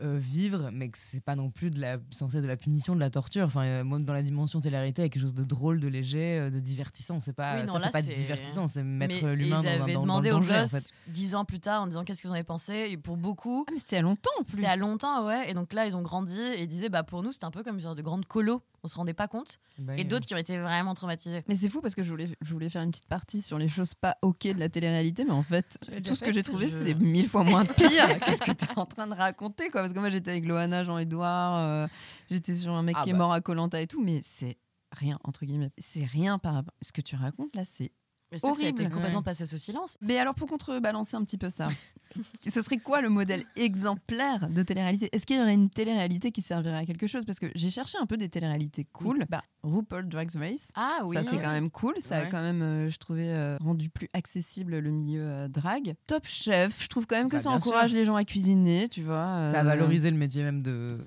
B: euh, vivre, mais que c'est pas non plus de la, censé être de la punition, de la torture. Enfin, euh, moi, dans la dimension télé-réalité, il y a quelque chose de drôle, de léger, euh, de divertissant. C'est pas,
C: Oui, non,
B: ça, c'est
C: là,
B: pas
C: c'est-
B: divertissant, c'est mettre
C: Mais
B: l'humain
C: Ils
B: dans, un-
C: avaient
B: dans- dans
C: demandé
B: le danger,
C: aux
B: en
C: gosses
B: fait. Ah,
C: dix ans plus tard en disant qu'est-ce que vous en avez pensé. Et pour beaucoup,
A: mais c'était à longtemps en plus.
C: Ah, c'était à longtemps, ouais. Et donc là, ils ont grandi et ils disaient bah pour nous, c'était un peu comme une sorte de grande colo. On se rendait pas compte.
A: Bah
C: et
A: oui.
C: d'autres qui ont été vraiment traumatisés.
A: Mais c'est fou parce que je voulais, je voulais faire une petite partie sur les choses pas ok de la télé-réalité, mais en fait,
C: l'ai déjà
A: tout ce que
C: faite,
A: j'ai trouvé,
C: je-
A: c'est mille fois moins pire (laughs) que ce que tu es en train de raconter. Quoi. Parce que moi, j'étais avec Loana, Jean-Edouard, euh, j'étais sur un mec
B: Ah
A: qui est
B: bah.
A: mort à Colanta et tout, mais c'est rien, entre guillemets. C'est rien par rapport. Ce que tu racontes là, c'est.
C: Mais surtout que ça a
A: Horrible.
C: été complètement passé sous silence.
A: Mais alors, pour contrebalancer un petit peu ça, (laughs) ce serait quoi le modèle exemplaire de télé-réalité Est-ce qu'il y aurait une télé-réalité qui servirait à quelque chose Parce que j'ai cherché un peu des télé-réalités cool. Bah, RuPaul Drag Race.
C: Ah oui.
A: Ça, c'est quand même cool. Ça a
C: Ouais.
A: quand même, euh, je trouvais, euh, rendu plus accessible le milieu euh, drag. Top Chef, je trouve quand même que
B: Bah,
A: ça
B: bien
A: encourage
B: sûr.
A: les gens à cuisiner, tu vois.
B: Ça a
A: euh, Ah, bah,
B: valorisé le métier même de,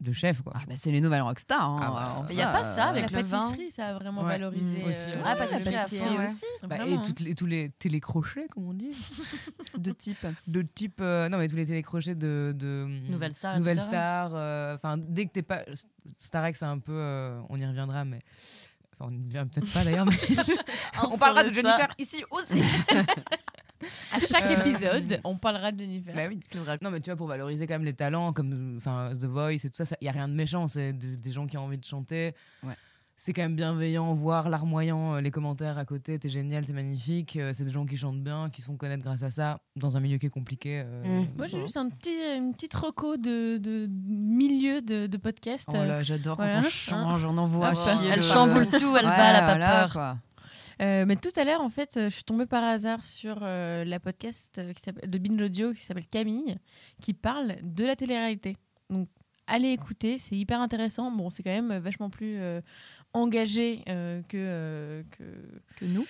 B: de chef.
C: Ah,
B: Quoi.
A: c'est les nouvelles rockstars. hein, alors
B: Il
A: Mais y a pas ça euh,
H: La
A: avec le vin.
H: pâtisserie, ça a vraiment
B: Ouais.
H: valorisé.
B: Mmh, aussi,
H: euh,
B: ouais.
C: Ah,
H: le métier,
C: hein.
H: ouais.
C: (laughs)
B: Bah,
H: Vraiment, hein.
B: et toutes les, tous les télécrochets, comme on dit.
A: de type.
B: De type. euh, non, mais tous les télécrochets de. de
C: Nouvelle Star,
B: Nouvelle
C: etc.
B: Star. euh, Enfin, dès que t'es pas. Starex, c'est un peu. euh, on y reviendra, mais. Enfin, on y revient peut-être pas d'ailleurs, mais.
C: (laughs)
B: on parlera de
H: Instaurez
B: Jennifer
H: ça.
B: ici aussi.
H: À chaque
B: Euh,
H: épisode, on parlera de Jennifer.
B: Bah oui. Non, mais tu vois, pour valoriser quand même les talents, comme enfin, The Voice et tout ça, il n'y a rien de méchant. C'est des, des gens qui ont envie de chanter. C'est quand même bienveillant, voire larmoyant euh, les commentaires à côté. T'es génial, t'es magnifique. Euh, c'est des gens qui chantent bien, qui se font connaître grâce à ça, dans un milieu qui est compliqué. euh,
H: Moi, j'ai juste un petit, une petite reco de, de milieu de, de podcast. Euh,
A: Oh là, j'adore quand on change, on envoie
H: Ah,
A: chier
B: Oh,
H: voilà.
A: le- Elle chamboule tout, elle Ouais, bat la voilà,
H: peur.
A: papeure. quoi.
H: Euh, mais tout à l'heure, en fait, euh, je suis tombée par hasard sur euh, la podcast euh, qui s'appelle- de Binge Audio qui s'appelle Camille, qui parle de la télé-réalité. Donc, allez écouter, c'est hyper intéressant. Bon, c'est quand même euh, vachement plus euh, engagé euh, que, euh, que...
A: Que nous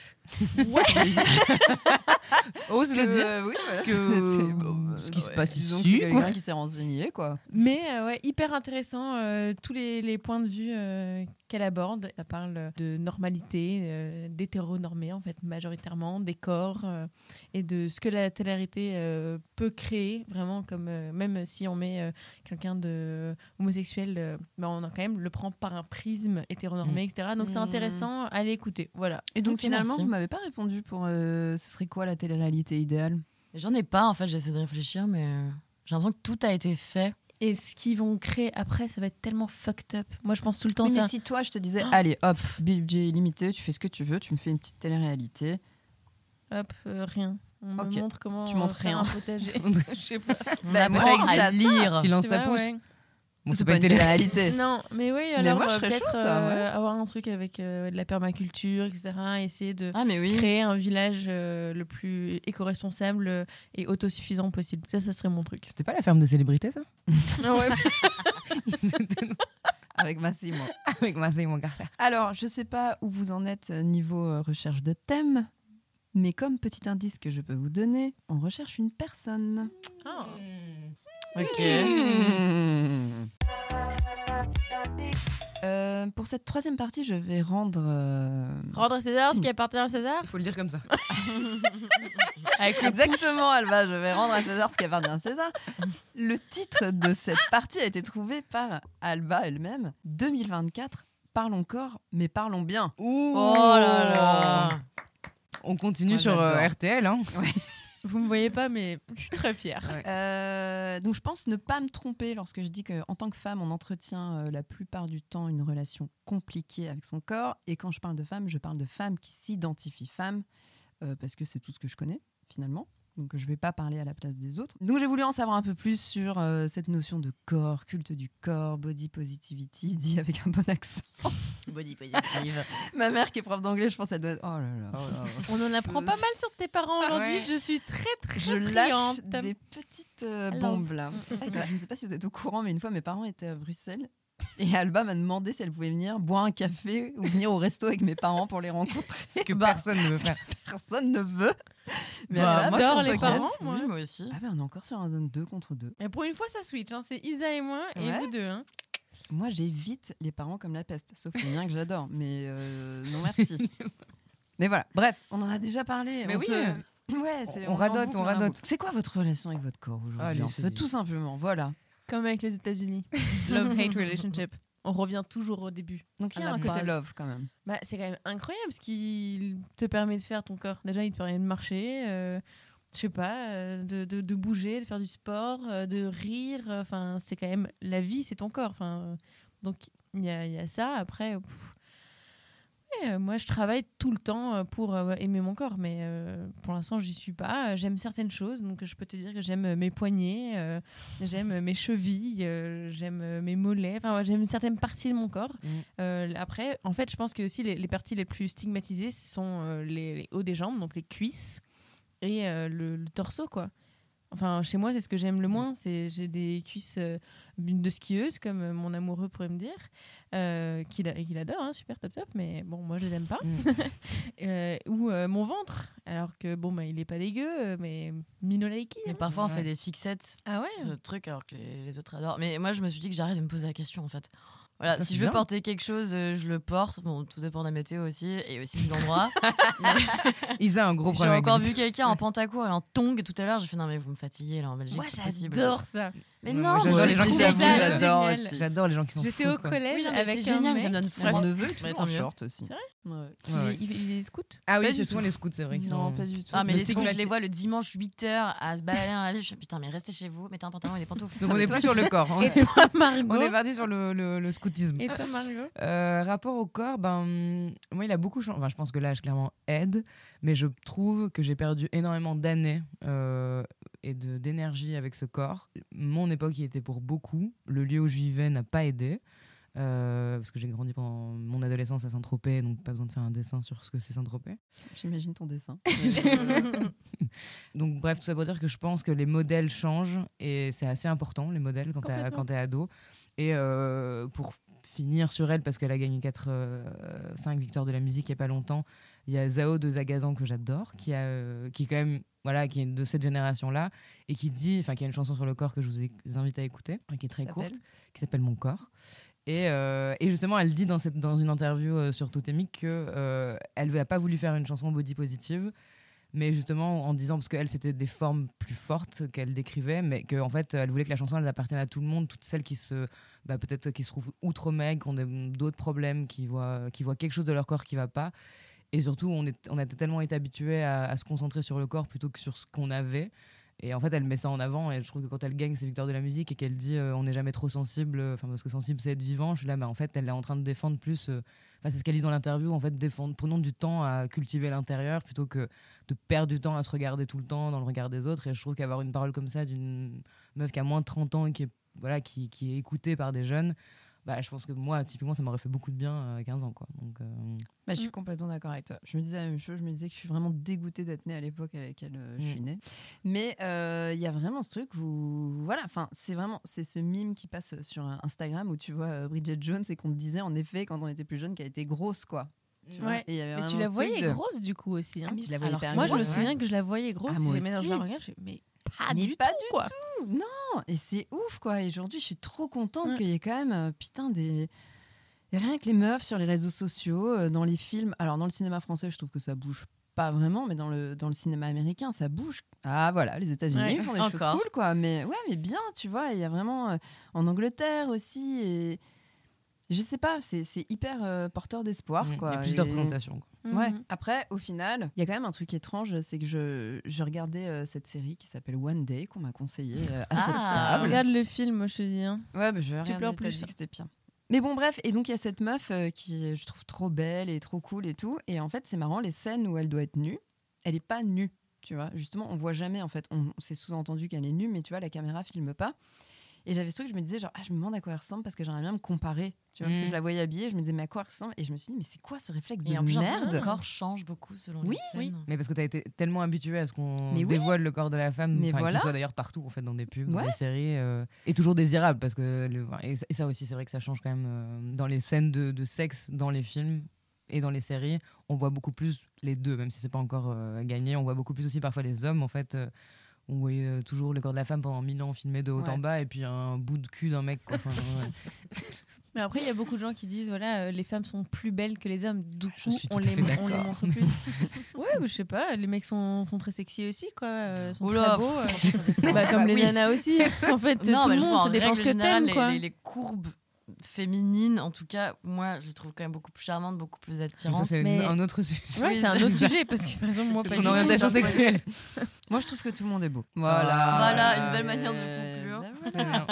H: Ouais
B: (laughs) Ose le
A: Que,
B: dire.
A: euh, oui, voilà.
B: que,
A: (laughs)
B: euh,
A: C'est bon, bah,
B: ce qui se
A: ouais.
B: passe
A: Disons que
B: ici.
A: c'est
B: quoi.
A: quelqu'un qui s'est renseigné, quoi.
H: Mais euh, ouais, hyper intéressant, euh, tous les, les points de vue euh, qu'elle aborde. Elle parle de normalité, euh, d'hétéronormé en fait majoritairement, des corps euh, et de ce que la télérité euh, peut créer vraiment comme euh, même si on met euh, quelqu'un de homosexuel, euh, ben, on a quand même le prend par un prisme hétéronormé, etc. Donc c'est
A: Mm.
H: intéressant, allez écouter, voilà.
A: Et donc finalement,
H: Merci.
A: vous m'avez pas répondu pour euh, ce serait quoi la télé-réalité idéale
C: J'en ai pas, en fait, j'essaie de réfléchir, mais euh, j'ai l'impression que tout a été fait.
H: Et ce qu'ils vont créer après, ça va être tellement fucked up. Moi, je pense tout le temps
A: Oui,
H: ça.
A: mais si toi, je te disais, allez, hop, budget illimité, tu fais ce que tu veux, tu me fais une petite télé-réalité.
H: Hop, euh, rien. On
A: Ok.
H: me montre comment
A: Tu
H: euh,
A: montres
H: faire
A: rien.
H: un potager.
B: (laughs)
H: je sais pas.
A: On Bah, apprend moi, à ça, ça. lire.
B: Qui lance
H: Tu
B: Ah. sa
H: vois,
B: Hein, pousse.
H: ouais.
B: Bon,
A: C'est
B: c'est
A: pas
B: pas une
A: une
B: télé-réalité.
H: Non, mais oui,
A: Mais
H: alors
A: moi, je
H: euh,
A: serais
H: peut-être
A: chaud, ça, ouais.
H: euh, avoir un truc avec euh, de la permaculture, etc. Essayer de
C: Ah, mais oui.
H: créer un village euh, le plus éco-responsable euh, et autosuffisant possible. Ça, ça serait mon truc.
B: C'était pas la ferme des célébrités, ça (laughs)
H: Ah ouais.
A: Avec Massimo.
B: Avec Massimo Carter.
A: Alors, je sais pas où vous en êtes euh, niveau euh, recherche de thème, mais comme petit indice que je peux vous donner, on recherche une personne.
C: Ok.
A: Hmm. Euh, pour cette troisième partie, je vais rendre. euh,
H: Rendre à César ce qui appartient à César Il
B: faut le dire comme ça.
H: Avec le
A: Exactement, Alba, je vais rendre à César ce qui appartient à César. Le titre de cette partie a été trouvé par Alba elle-même. 2024, parlons corps, mais parlons bien.
B: Oh là là. On continue
A: Moi,
B: sur euh,
A: j'adore.
B: RTL, hein
H: Vous me voyez pas, mais je suis très fière.
A: Euh, donc je pense ne pas me tromper lorsque je dis qu'en tant que femme, on entretient euh, la plupart du temps une relation compliquée avec son corps. Et quand je parle de femme, je parle de femme qui s'identifie femme, euh, parce que c'est tout ce que je connais finalement. Donc je ne vais pas parler à la place des autres. Donc j'ai voulu en savoir un peu plus sur euh, cette notion de corps, culte du corps, body positivity, (laughs) dit avec un bon accent.
C: Body positive.
A: (laughs) Ma mère qui est prof d'anglais, je pense qu'elle doit être... Oh là là.
H: On en apprend pas mal sur tes parents aujourd'hui.
A: Ouais.
H: Je suis très très
A: Je lâche
H: friande.
A: des petites euh,
H: Alors- mm,
A: bombes là. Voilà, Je ne sais pas si vous êtes au courant, mais une fois mes parents étaient à Bruxelles et Alba m'a demandé si elle pouvait venir boire un café ou venir au resto avec mes parents pour les rencontrer. (laughs)
B: Ce que personne ne veut faire.
A: Personne ne veut. Mais
B: Bah,
A: Alba,
B: moi,
A: ça
B: j'adore
A: me
B: les
A: regrette.
B: parents,
H: moi. Oui, moi
C: aussi.
A: Ah ouais, on est encore sur un 2 contre 2.
H: Mais pour une fois, ça switch. hein. C'est Isa et moi et
A: Ouais.
H: vous deux. hein.
A: Moi, j'évite les parents comme la peste, sauf les miens que j'adore. Mais euh, non,
B: (laughs)
A: merci. mais voilà, bref, on en a déjà parlé.
B: Mais
A: on
B: oui.
A: Ouais,
B: On-
A: c'est-
B: on
A: est en
B: radote,
A: boucle,
B: on
A: est en
B: radote.
A: boucle. C'est quoi votre relation avec votre corps aujourd'hui
B: Allez,
A: en
B: c'est
A: fait
B: dit.
A: Tout simplement, voilà.
H: Comme avec les États-Unis. Love-hate relationship. On revient toujours au début.
A: Donc il y
H: À
A: a
H: la
A: un côté
H: base.
A: love quand même.
H: Bah, c'est quand même incroyable ce qu'il te permet de faire ton corps. Déjà, il te permet de marcher, euh, je sais pas, euh, de, de- de bouger, de faire du sport, euh, de rire. Enfin, c'est quand même la vie, c'est ton corps. Enfin, euh, donc il y a, il y a ça. Après, pff, ouais, euh, moi, je travaille tout le temps euh, pour euh, aimer mon corps, mais euh, pour l'instant, j'y suis pas. J'aime certaines choses, donc je peux te dire que j'aime euh, mes poignets, euh, j'aime mes chevilles, euh, j'aime euh, mes mollets. Enfin, ouais, j'aime certaines parties de mon corps. Euh, après, en fait, je pense que aussi les, les parties les plus stigmatisées ce sont euh, les, les hauts des jambes, donc les cuisses et euh, le, le torso, quoi. Enfin, chez moi, c'est ce que j'aime le moins. C'est j'ai des cuisses euh, de skieuse, comme euh, mon amoureux pourrait me dire, euh, qu'il a- qu'il adore, hein, super top top. Mais bon, moi, je les aime pas. (laughs) Euh, ou euh, mon ventre, alors que bon, bah, il est pas dégueu, euh, mais minolaiki.
C: Mais parfois, on fait des fixettes.
H: Ah ouais
C: Ce truc, alors que les, les autres adorent. Mais moi, je me suis dit que j'arrête de me poser la question, en fait. Voilà,
B: Ah,
H: Ça,
C: si
H: c'est
C: je veux
H: bien.
C: porter quelque chose, euh, je le porte. Bon, tout dépend de la météo aussi, et aussi de
B: (laughs)
C: l'endroit.
B: Isa a un gros
C: J'ai
B: problème. avec
C: encore
B: les
C: vu
B: métaux.
C: quelqu'un en pantacourt et en tongue tout à l'heure. J'ai fait non, mais vous me fatiguez là en Belgique.
H: Moi,
C: c'est pas possible.
H: j'adore ça.
C: Mais
B: Ouais,
C: non,
B: moi, j'adore
C: Oh, mais
B: les gens
C: c'est
B: qui
C: génial.
B: s'habillent, j'adore aussi. J'adore les gens qui s'en
H: J'étais
B: foutent,
H: au
B: quoi.
H: collège
C: Oui, non, mais
H: avec
C: c'est génial,
H: un mec.
C: ça me donne
A: Mon
C: Ouais.
A: neveu est
C: Mais
A: toujours
C: tant
A: en
C: mieux.
A: short aussi.
H: C'est vrai
A: Ouais.
H: Il est- il, est, il est scout
B: Ah oui,
A: Pas
B: c'est
A: du
B: souvent
A: tout.
B: les scouts, c'est vrai. qu'ils
A: Non,
B: sont-
A: pas du tout.
C: Ah, mais
B: Le
C: les scouts, je
B: stigmate-
C: les vois le dimanche 8h à se balader dans la ville. Je suis putain, mais restez chez vous, mettez un pantalon et des pantoufles.
B: Donc on est plus sur le corps. hein.
H: Et toi, Margot
B: (laughs) On est parti sur le, le, le scoutisme.
H: Et toi, Margot
B: Euh, rapport au corps, ben, hum, moi, il a beaucoup changé. Enfin, je pense que l'âge, clairement, aide, mais je trouve que j'ai perdu énormément d'années euh, et de- d'énergie avec ce corps. Mon époque y était pour beaucoup. Le lieu où je vivais n'a pas aidé. euh, parce que j'ai grandi pendant mon adolescence à Saint-Tropez, donc pas besoin de faire un dessin sur ce que c'est Saint-Tropez.
A: J'imagine ton dessin.
B: (laughs) Donc bref, tout ça pour dire que je pense que les modèles changent et c'est assez important, les modèles, quand t'as-
A: Complètement.
B: quand t'es ado. Et euh, pour finir sur elle, parce qu'elle a gagné 5 victoires de la musique il n'y a pas longtemps, il y a Zao de Zagazan que j'adore, qui, a, euh, qui est quand même voilà, qui est de cette génération-là, et qui dit, enfin qui a une chanson sur le corps que je vous ai- vous invite à écouter, hein, qui est très
A: Qui s'appelle
B: courte, qui s'appelle Mon corps. Et, euh, et justement, elle dit dans, cette, dans une interview euh, sur Totemic que euh, elle n'a pas voulu faire une chanson body positive, mais justement en disant parce qu'elle c'était des formes plus fortes qu'elle décrivait, mais qu'en fait elle voulait que la chanson elle appartienne à tout le monde, toutes celles qui se bah, peut-être qui se trouvent outre maigres, qui ont des- d'autres problèmes, qui voient qui voient quelque chose de leur corps qui va pas. Et surtout, on, est, on a tellement été habitué à, à se concentrer sur le corps plutôt que sur ce qu'on avait. Et en fait, elle met ça en avant. Et je trouve que quand elle gagne ses victoires de la musique et qu'elle dit euh, on n'est jamais trop sensible, euh, enfin parce que sensible c'est être vivant, je suis là, mais en fait, elle est en train de défendre plus. euh, Enfin, c'est ce qu'elle dit dans l'interview. En fait, défendre, prenons du temps à cultiver l'intérieur plutôt que de perdre du temps à se regarder tout le temps dans le regard des autres. Et je trouve qu'avoir une parole comme ça d'une meuf qui a moins de 30 ans et qui est, voilà, qui, qui est écoutée par des jeunes, bah, je pense que moi, typiquement, ça m'aurait fait beaucoup de bien à 15 ans. Quoi. Donc, euh,
A: Bah, je suis complètement d'accord avec toi. Je me disais la même chose. Je me disais que je suis vraiment dégoûtée d'être née à l'époque à laquelle euh, je suis
B: Mm.
A: née. Mais euh, il y a vraiment ce truc où, voilà, enfin, c'est vraiment c'est ce mime qui passe sur euh, Instagram où tu vois euh, Bridget Jones et qu'on te disait en effet quand on était plus jeune qu'elle était grosse, quoi. Tu vois
H: Ouais.
A: Et il y avait
H: Mais tu
A: vraiment
H: la
A: ce truc
H: voyais
A: de-
H: grosse du coup aussi. hein.
A: Ah, mais je la voyais
H: Alors
A: hyper
H: moi, je me
A: grosse,
H: souviens
A: ouais.
H: que je la voyais grosse.
A: Ah, moi
H: mais non, je la
A: aussi.
H: regarde, je fais, mais pas
A: Mais
H: Ah, du
A: pas
H: tout, quoi.
A: tout, Non, et c'est ouf quoi. Et aujourd'hui, je suis trop contente
H: Ouais.
A: qu'il y ait quand même euh, putain des rien que les meufs sur les réseaux sociaux, euh, dans les films. Alors dans le cinéma français, je trouve que ça bouge pas vraiment, mais dans le dans le cinéma américain, ça bouge. Ah voilà, les États-Unis
H: Ouais,
A: font des
H: encore.
A: choses cool quoi. Mais ouais, mais bien, tu vois. Il y a vraiment euh, en Angleterre aussi et je sais pas, c'est c'est hyper euh, porteur d'espoir.
H: Mmh,
B: Mm,
A: quoi.
B: il y a plus de représentation, quoi.
A: Ouais.
H: Mhm.
A: Après, au final, il y a quand même un truc étrange, c'est que je, je regardais euh, cette série qui s'appelle One Day, qu'on m'a conseillé euh, à
B: Ah,
C: Ah.
A: cette table.
H: regarde le film, moi, je te dis. hein.
A: Ouais, mais je vais
H: Tu
A: regarder,
H: pleures
A: t'as dit
H: plus.
A: que c'était bien. Mais bon, bref, et donc il y a cette meuf euh, qui est, je trouve trop belle et trop cool et tout. Et en fait, c'est marrant, les scènes où elle doit être nue, elle est pas nue, tu vois. Justement, on voit jamais, en fait, on, c'est sous-entendu qu'elle est nue, mais tu vois, la caméra filme pas. Et j'avais ce truc, je me disais, genre, ah, je me demande à quoi elle ressemble parce que j'aimerais bien me comparer. Tu vois, parce que
C: Mm.
A: je la voyais habillée, je me disais, mais à quoi elle ressemble Et je me suis dit, mais c'est quoi ce réflexe de
C: Et en plus, j'ai l'impression
A: merde
C: que le corps change beaucoup selon
A: Oui,
C: les
A: oui.
C: scènes.
B: Mais parce que tu as été tellement habitué à ce qu'on
C: Mais oui.
B: dévoile le corps de la femme,
C: Mais
B: enfin,
C: voilà.
B: qu'il soit d'ailleurs partout, en fait, dans des pubs, dans
C: Ouais.
B: des séries, euh, et toujours désirable, parce que. le- et, ça- et ça aussi, c'est vrai que ça change quand même. euh, dans les scènes de, de sexe, dans les films et dans les séries, on voit beaucoup plus les deux, même si c'est pas encore euh, gagné. On voit beaucoup plus aussi parfois les hommes, en fait. euh, on voyait euh, toujours le corps de la femme pendant mille ans filmé de haut
H: Ouais.
B: en bas et puis un bout de cul d'un mec. quoi. Enfin, ouais.
C: (laughs)
H: Mais après, il y a beaucoup de gens qui disent voilà, euh, les femmes sont plus belles que les hommes, du coup,
B: suis
H: on
B: tout à
H: les,
B: fait
H: on les
B: d'accord.
H: montre plus. ouais, mais je sais pas, les mecs sont, sont très sexy aussi, quoi.
C: (laughs)
H: euh, sont
C: Oula,
H: très beaux. euh.
C: pff, ça dépend.
H: (laughs) bah, comme
C: Bah
H: les
C: oui.
H: nanas aussi. En fait,
C: Non,
H: tout
C: mais
H: le
C: je vois,
H: monde,
C: en
H: ça dépend
C: règle
H: ce que
C: générale,
H: t'aimes,
C: les-
H: quoi.
C: Les, les courbes féminines, en tout cas, moi, je les trouve quand même beaucoup plus charmantes, beaucoup plus attirantes.
B: Ça, c'est une-
C: mais...
B: un autre sujet. (laughs)
H: Ouais, c'est un autre sujet, parce que par exemple, moi,
B: C'est
H: pas
B: ton
H: du tout,
B: orientation
H: ça me pose-
B: sexuelle.
A: Moi, je trouve que tout le monde est beau.
B: Voilà. Euh,
C: Voilà, une belle manière de conclure.
A: Voilà.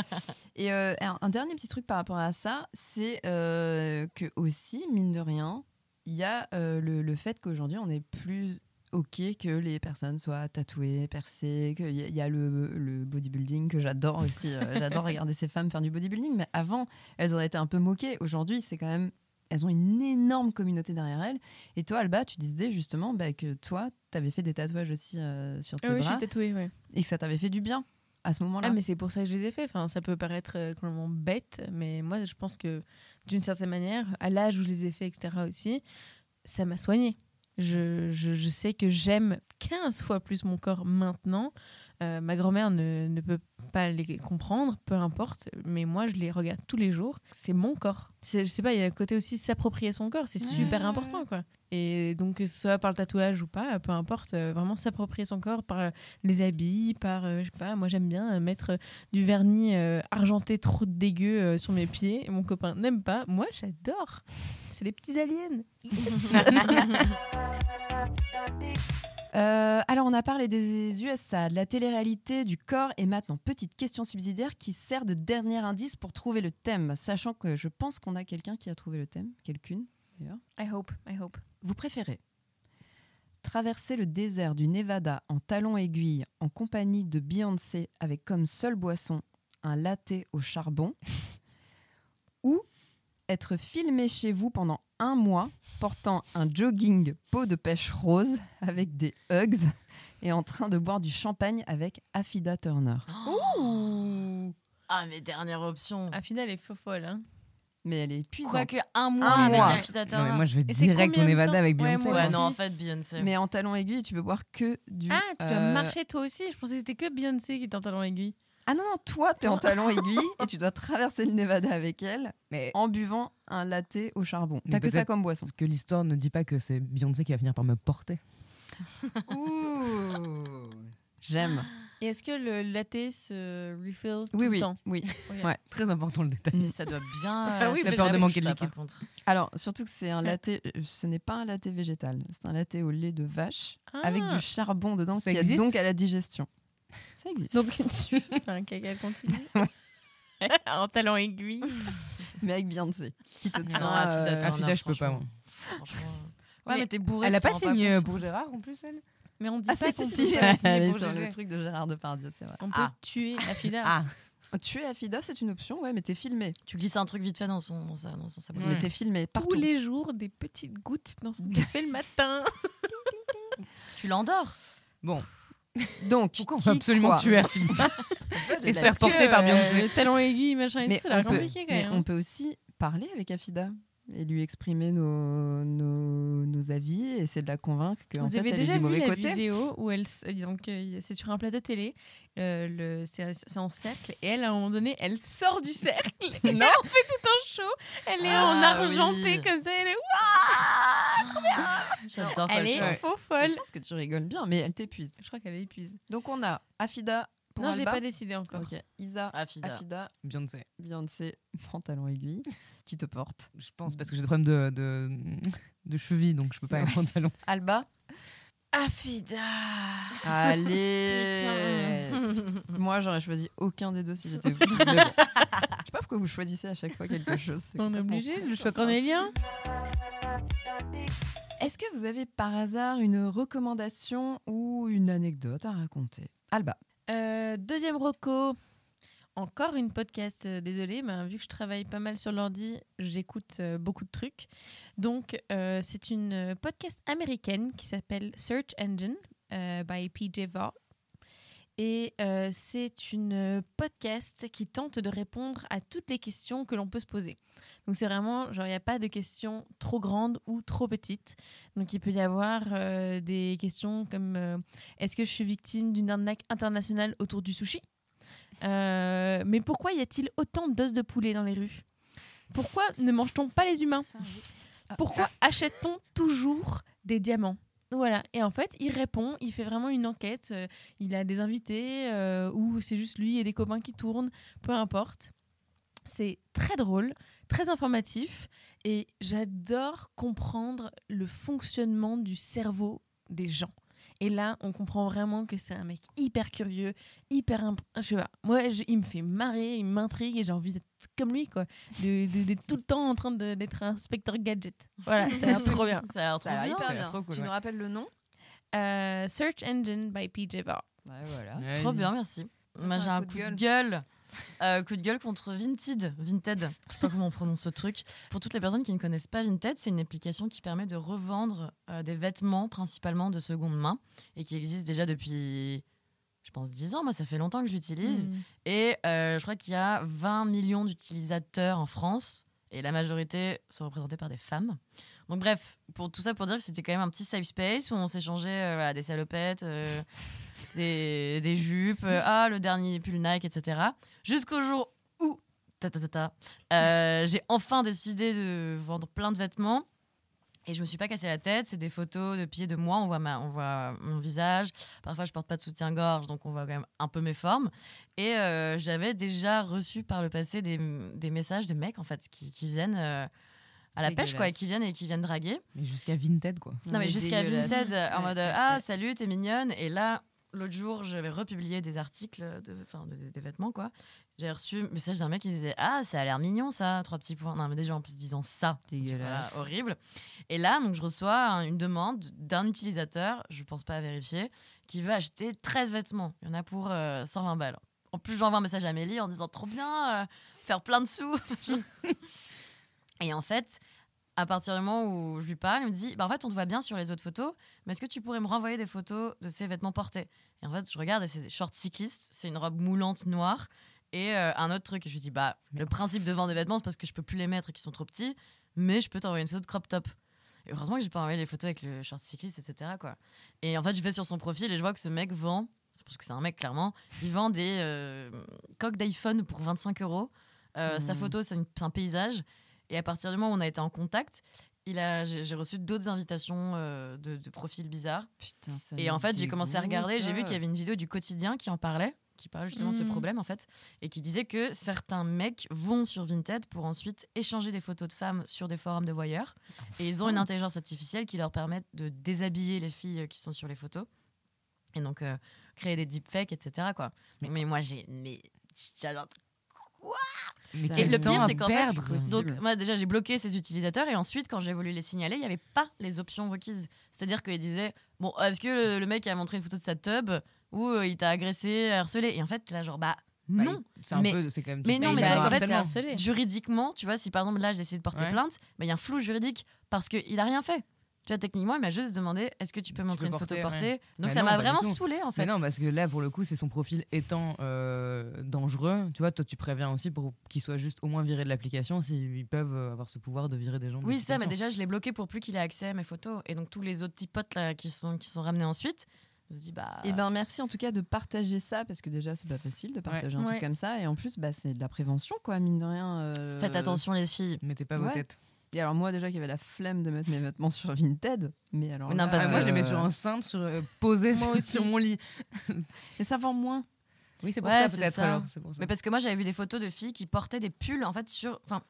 A: Et euh, alors, un dernier petit truc par rapport à ça, c'est euh, que aussi, mine de rien, il y a euh, le, le fait qu'aujourd'hui, on est plus OK que les personnes soient tatouées, percées, qu'il y, a- il y a le, le bodybuilding que j'adore aussi.
C: (laughs)
A: euh, j'adore regarder ces femmes faire du bodybuilding, mais avant, elles auraient été un peu moquées. Aujourd'hui, c'est quand même. Elles ont une énorme communauté derrière elles. Et toi, Alba, tu disais justement bah, que toi, tu avais fait des tatouages aussi euh, sur tes
H: Ah oui, je
A: bras
H: suis tatouée, ouais.
A: et que ça t'avait fait du bien à ce moment-là.
H: Ah, mais c'est pour ça que je les ai fait. Enfin, ça peut paraître euh, complètement bête, mais moi, je pense que d'une certaine manière, à l'âge où je les ai fait, etc., aussi, ça m'a soignée. Je, je- je sais que j'aime 15 fois plus mon corps maintenant. Euh, ma grand-mère ne, ne peut pas les comprendre, peu importe, mais moi, je les regarde tous les jours. C'est mon corps. C'est- Je sais pas, il y a un côté aussi s'approprier son corps, c'est super important, quoi. Et donc, que ce soit par le tatouage ou pas, peu importe, euh, vraiment s'approprier son corps par euh, les habits, par, euh, je sais pas, moi j'aime bien euh, mettre euh, du vernis euh, argenté trop dégueu euh, sur mes pieds. Et mon copain n'aime pas, moi j'adore. C'est les petits aliens. Yes.
C: (laughs)
A: Euh, alors, on a parlé des USA, de la télé-réalité, du corps, et maintenant, petite question subsidiaire qui sert de dernier indice pour trouver le thème, sachant que je pense qu'on a quelqu'un qui a trouvé le thème, quelqu'une d'ailleurs.
H: I hope, I hope.
A: Vous préférez traverser le désert du Nevada en talons aiguilles en compagnie de Beyoncé avec comme seule boisson un latte au
H: (laughs)
A: charbon ou être filmé chez vous pendant un mois portant un jogging peau de pêche rose avec des hugs et en train de boire du champagne avec Afida
H: (gasps)
A: Turner.
H: Ouh
C: Ah, mais dernière option.
H: Oh. Ah, final, elle est faux folle. Hein.
A: Mais elle est épuisante.
C: Quoique un mois avec Afida Turner. Non, mais moi, je vais
B: direct au Nevada avec
C: Ouais,
B: Beyoncé.
C: moi Ouais, aussi. non, en fait, Beyoncé.
A: Mais en talons aiguilles, tu peux boire que du.
H: euh, Ah, tu dois
A: euh,
H: marcher toi aussi. Je pensais que c'était que Beyoncé qui était en talon aiguille.
A: Ah non, non, toi, t'es en talon aiguille et tu dois traverser le Nevada avec elle en buvant un latte au charbon.
B: Mais
A: T'as que ça
B: peut-être
A: comme
B: (laughs)
A: boisson.
B: Que l'histoire ne dit pas que c'est Beyoncé qui va finir par me porter. (laughs)
A: Ouh J'aime.
H: Et est-ce que le latte se refill tout
A: Oui,
H: le
A: oui,
H: temps
A: oui.
H: Ok.
A: Ouais.
B: Très important le détail.
C: Mais ça doit bien,
H: Ah
C: euh, ça doit bien être ça, par contre.
A: Alors, surtout que c'est un latte, euh, ce n'est pas un latte végétal, c'est un latte au lait de vache
H: Ah.
A: avec
H: (laughs)
A: du charbon dedans
H: Ça
A: qui aide
H: existe
A: donc à la digestion. Ça existe.
H: Donc tu fais un
A: (laughs)
H: caca continu (laughs) en talent aiguille.
A: Mais avec Beyoncé, qui
B: Ah,
A: te tient.
H: non, Afida,
A: euh,
H: attends,
B: Afida, je peux pas, moi.
C: euh,
H: Ouais, mais t'es bourré,
B: Elle a
H: tu t'en
B: pas
H: rends pas
B: signé euh,
H: compte.
B: pour Gérard en plus, elle
H: Mais on dit
A: Ah,
H: pas
A: si,
H: qu'on
A: si,
H: peut
A: si,
H: pas
A: elle a
H: signer
A: signé
H: pour
A: sur le
H: Gégé.
A: truc de Gérard Depardieu, c'est vrai.
H: On
A: Ah.
H: peut tuer Afida.
A: Tuer Afida, c'est une option, ouais, mais t'es filmé.
C: Tu glisses un truc vite fait dans son, dans sa, dans son sabotage.
A: Mais t'es filmé partout.
H: Tous les jours, des petites gouttes dans son café le matin.
C: Tu l'endors.
B: Bon.
A: Donc,
B: Pourquoi on
A: qui,
B: va absolument
A: quoi
B: tuer Afida
A: de
B: et se
A: la-
B: faire
A: Parce que,
B: porter
A: euh,
B: par Beyoncé
H: Le talent aiguille, machin et
A: Mais
H: tout, ça a l'air
A: on peut-
H: compliqué quand
A: mais
H: même. hein.
A: on peut aussi parler avec Afida et lui exprimer nos, nos, nos avis et essayer de la convaincre que en
H: Vous
A: fait,
H: avez
A: elle
H: déjà
A: est du
H: vu
A: mauvais
H: la
A: côté.
H: vidéo où elle, s- donc euh, c'est sur un plateau télé, euh, le- c'est c'est en cercle et elle à un moment donné elle sort du cercle et non on fait tout en show, elle est en
C: Ah oui.
H: argenté comme ça, elle est Wouah trop bien.
C: J'adore
H: Elle
C: Paul
H: est
C: Schwartz.
H: faux folle.
A: Parce que tu rigoles bien, mais elle t'épuise.
H: Je crois qu'elle est épuise.
A: Donc on a Afida pour
H: Non, j'ai
A: Alba.
H: pas Ah, décidé encore.
A: Ok. Isa,
C: Afida.
A: Afida.
B: Beyoncé.
A: Beyoncé, (laughs) pantalon aiguille, qui te porte.
B: Je pense parce que j'ai des problèmes de, de, de cheville, donc je peux pas aller en (laughs) talon.
A: Alba,
H: Afida.
A: allez Moi, j'aurais choisi aucun des deux si
H: (laughs)
A: j'étais vous. Mais bon. Je sais pas pourquoi vous choisissez à chaque fois quelque chose. c'est
H: On est
A: complètement-
H: obligé, le choix cornélien.
A: Est-ce que vous avez par hasard une recommandation ou une anecdote à raconter Alba.
H: Euh, deuxième reco. Encore une podcast, euh, désolée, mais vu que je travaille pas mal sur l'ordi, j'écoute euh, beaucoup de trucs. Donc, euh, c'est une euh, podcast américaine qui s'appelle Search Engine euh, by PJ Vaugh. Et euh, c'est une euh, podcast qui tente de répondre à toutes les questions que l'on peut se poser. Donc, c'est vraiment, genre, il n'y a pas de questions trop grandes ou trop petites. Donc, il peut y avoir euh, des questions comme euh, est-ce que je suis victime d'une arnaque internationale autour du sushi Euh, Mais pourquoi y a-t-il autant d'os de poulet dans les rues Pourquoi ne mange-t-on pas les humains Pourquoi achète-t-on toujours des diamants voilà, et en fait, il répond, il fait vraiment une enquête, euh, il a des invités, euh, ou c'est juste lui et des copains qui tournent, peu importe. C'est très drôle, très informatif, et j'adore comprendre le fonctionnement du cerveau des gens. Et là, on comprend vraiment que c'est un mec hyper curieux, hyper. imp- Je sais pas. Moi, je- il me fait marrer, il m'intrigue et j'ai envie d'être comme lui, quoi. D'être de, d'être tout le temps en train de- d'être un inspecteur gadget. Voilà, ça a l'air trop bien.
C: Ça a l'air Ah,
A: Ça
C: trop
A: a l'air
C: bien.
A: hyper
B: Ça a l'air
A: bien.
B: trop cool,
A: tu
B: ouais.
A: nous rappelles le nom
H: Euh, Search Engine by PJ Vaugh.
A: voilà.
C: Trop bien, merci. Moi,
A: un
C: j'ai un
A: coup de
C: coup de gueule. Euh, coup de gueule contre Vinted. Vinted, je sais pas comment on prononce ce truc. Pour toutes les personnes qui ne connaissent pas Vinted, c'est une application qui permet de revendre euh, des vêtements principalement de seconde main et qui existe déjà depuis, je pense, 10 ans. Moi, ça fait longtemps que je l'utilise.
H: Hmm.
C: Et euh, je crois qu'il y a 20 millions d'utilisateurs en France et la majorité sont représentés par des femmes. Donc bref, pour tout ça pour dire que c'était quand même un petit safe space où on s'échangeait euh, voilà, des salopettes, euh, des, des jupes, euh, ah le dernier pull Nike, etc. Jusqu'au jour où ta ta ta ta, euh, j'ai enfin décidé de vendre plein de vêtements. Et je me suis pas cassé la tête, c'est des photos de pieds de moi, on voit, ma, on voit mon visage. Parfois, je porte pas de soutien-gorge, donc on voit quand même un peu mes formes. Et euh, j'avais déjà reçu par le passé des, des messages de mecs, en fait, qui, qui viennent euh, à la pêche, quoi, et
B: Dégueulasse.
C: qui viennent et qui viennent draguer.
B: Mais jusqu'à Vinted, quoi.
A: Non,
C: Non, mais
A: mais
C: jusqu'à
A: dégueulasse.
C: Vinted, euh, en
A: Ouais,
C: mode
A: ouais,
C: Ah,
A: ouais.
C: salut, t'es mignonne. Et là, l'autre jour, j'avais republié des articles, de, enfin, de- des vêtements, quoi. J'avais reçu un message d'un mec qui disait Ah, ça a l'air mignon, ça, trois petits points. Non, mais déjà, en plus, disant ça. Voilà, horrible. Et là, donc, je reçois un- une demande d'un utilisateur, je pense pas à vérifier, qui veut acheter 13 vêtements. Il y en a pour euh, 120 balles. En plus, j'envoie un message à Amélie en disant trop bien, euh, faire plein de sous. (laughs) et en fait, à partir du moment où je lui parle, il me dit bah, En fait, on te voit bien sur les autres photos, mais est-ce que tu pourrais me renvoyer des photos de ces vêtements portés Et en fait, je regarde et c'est des shorts cyclistes, c'est une robe moulante noire et euh, un autre truc. Et je lui dis Bah, le principe de vendre des vêtements, c'est parce que je peux plus les mettre et qu'ils sont trop petits, mais je peux t'envoyer une photo de crop top. Et heureusement que j'ai pas envoyé les photos avec le short cycliste, etc. Quoi. Et en fait, je vais sur son profil et je vois que ce mec vend parce que c'est un mec clairement, il vend des euh, coques d'iPhone pour 25 euros. Euh, Sa
L: Mm.
C: photo, c'est une- c'est un paysage. Et à partir du moment où on a été en contact, il a, j'ai j'ai reçu d'autres invitations euh, de, de profils bizarres.
A: Ah, Putain, ça
C: Et en
A: me
C: fait, j'ai commencé à
A: dégoûte.
C: regarder, j'ai vu qu'il y avait une vidéo du quotidien qui en parlait, qui parlait justement de ce
A: Mm.
C: problème en fait, et qui disait que certains mecs vont sur Vinted pour ensuite échanger des photos de femmes sur des forums de voyeurs. Et ils ont une intelligence artificielle qui leur permet de déshabiller les filles euh, qui sont sur les photos. Et donc, euh, créer des deepfakes, etc. Quoi. Mais, moi, j'ai. Mais. j'adore- Quoi
B: Mais
C: et
B: quel
C: le
B: temps
C: pire,
B: à
C: c'est qu'en
B: perdre,
C: fait, donc,
B: possible.
C: moi déjà j'ai bloqué ces utilisateurs et ensuite quand j'ai voulu les signaler, il n'y avait pas les options requises. C'est-à-dire qu'ils disaient bon, est-ce que le, le mec a montré une photo de sa tub ou euh, il t'a agressé, harcelé Et en fait là genre bah non.
B: c'est un
C: mais,
B: peu- c'est quand même du-
C: mais non,
B: bah,
C: mais
B: il
C: c'est
B: a
C: qu'en fait,
B: harcelé.
C: c'est harcelé. juridiquement, tu vois, si par exemple là j'ai essayé de porter
B: Ouais.
C: plainte, bah, il y a un flou juridique parce qu'il a rien fait. Tu vois, techniquement, il m'a juste demandé est-ce que tu peux montrer
B: peux
C: une
B: porter,
C: photo
B: ouais.
C: portée Donc
B: Mais
C: ça
B: non,
C: m'a
B: pas du
C: vraiment
B: tout.
C: saoulé en fait.
B: Mais non, parce que là, pour le coup, c'est son profil étant euh, dangereux. Tu vois, toi, tu préviens aussi pour qu'il soit juste au moins viré de l'application s'ils peuvent euh, avoir ce pouvoir de virer des gens. de
C: Oui, c'est ça, mais
B: l'application.
C: déjà, je l'ai bloqué pour plus qu'il ait accès à mes photos. Et donc, tous les autres petits potes là, qui, sont, qui sont ramenés ensuite, je me dis, bah.
A: Et ben merci en tout cas de partager ça parce que déjà c'est pas facile de partager un
C: Ouais.
A: truc comme ça et en plus bah c'est de la prévention quoi mine de rien. euh,
C: Faites attention, les filles.
B: Mettez
A: pas vos Ouais. têtes. Et alors moi déjà qui avait la flemme de mettre mes vêtements sur Vinted, mais alors
B: Oui, non, parce que Ah, moi, je les mets sur un
A: enceinte,
B: cintre, sur, euh, posés (laughs) sur- sur mon lit.
A: mais ça vend moins.
B: Oui, c'est pour
C: Ouais,
B: ça, peut-être, alors, c'est pour ça.
C: Mais parce que moi, j'avais vu des photos de filles qui portaient des pulls, en fait, sur. Enfin,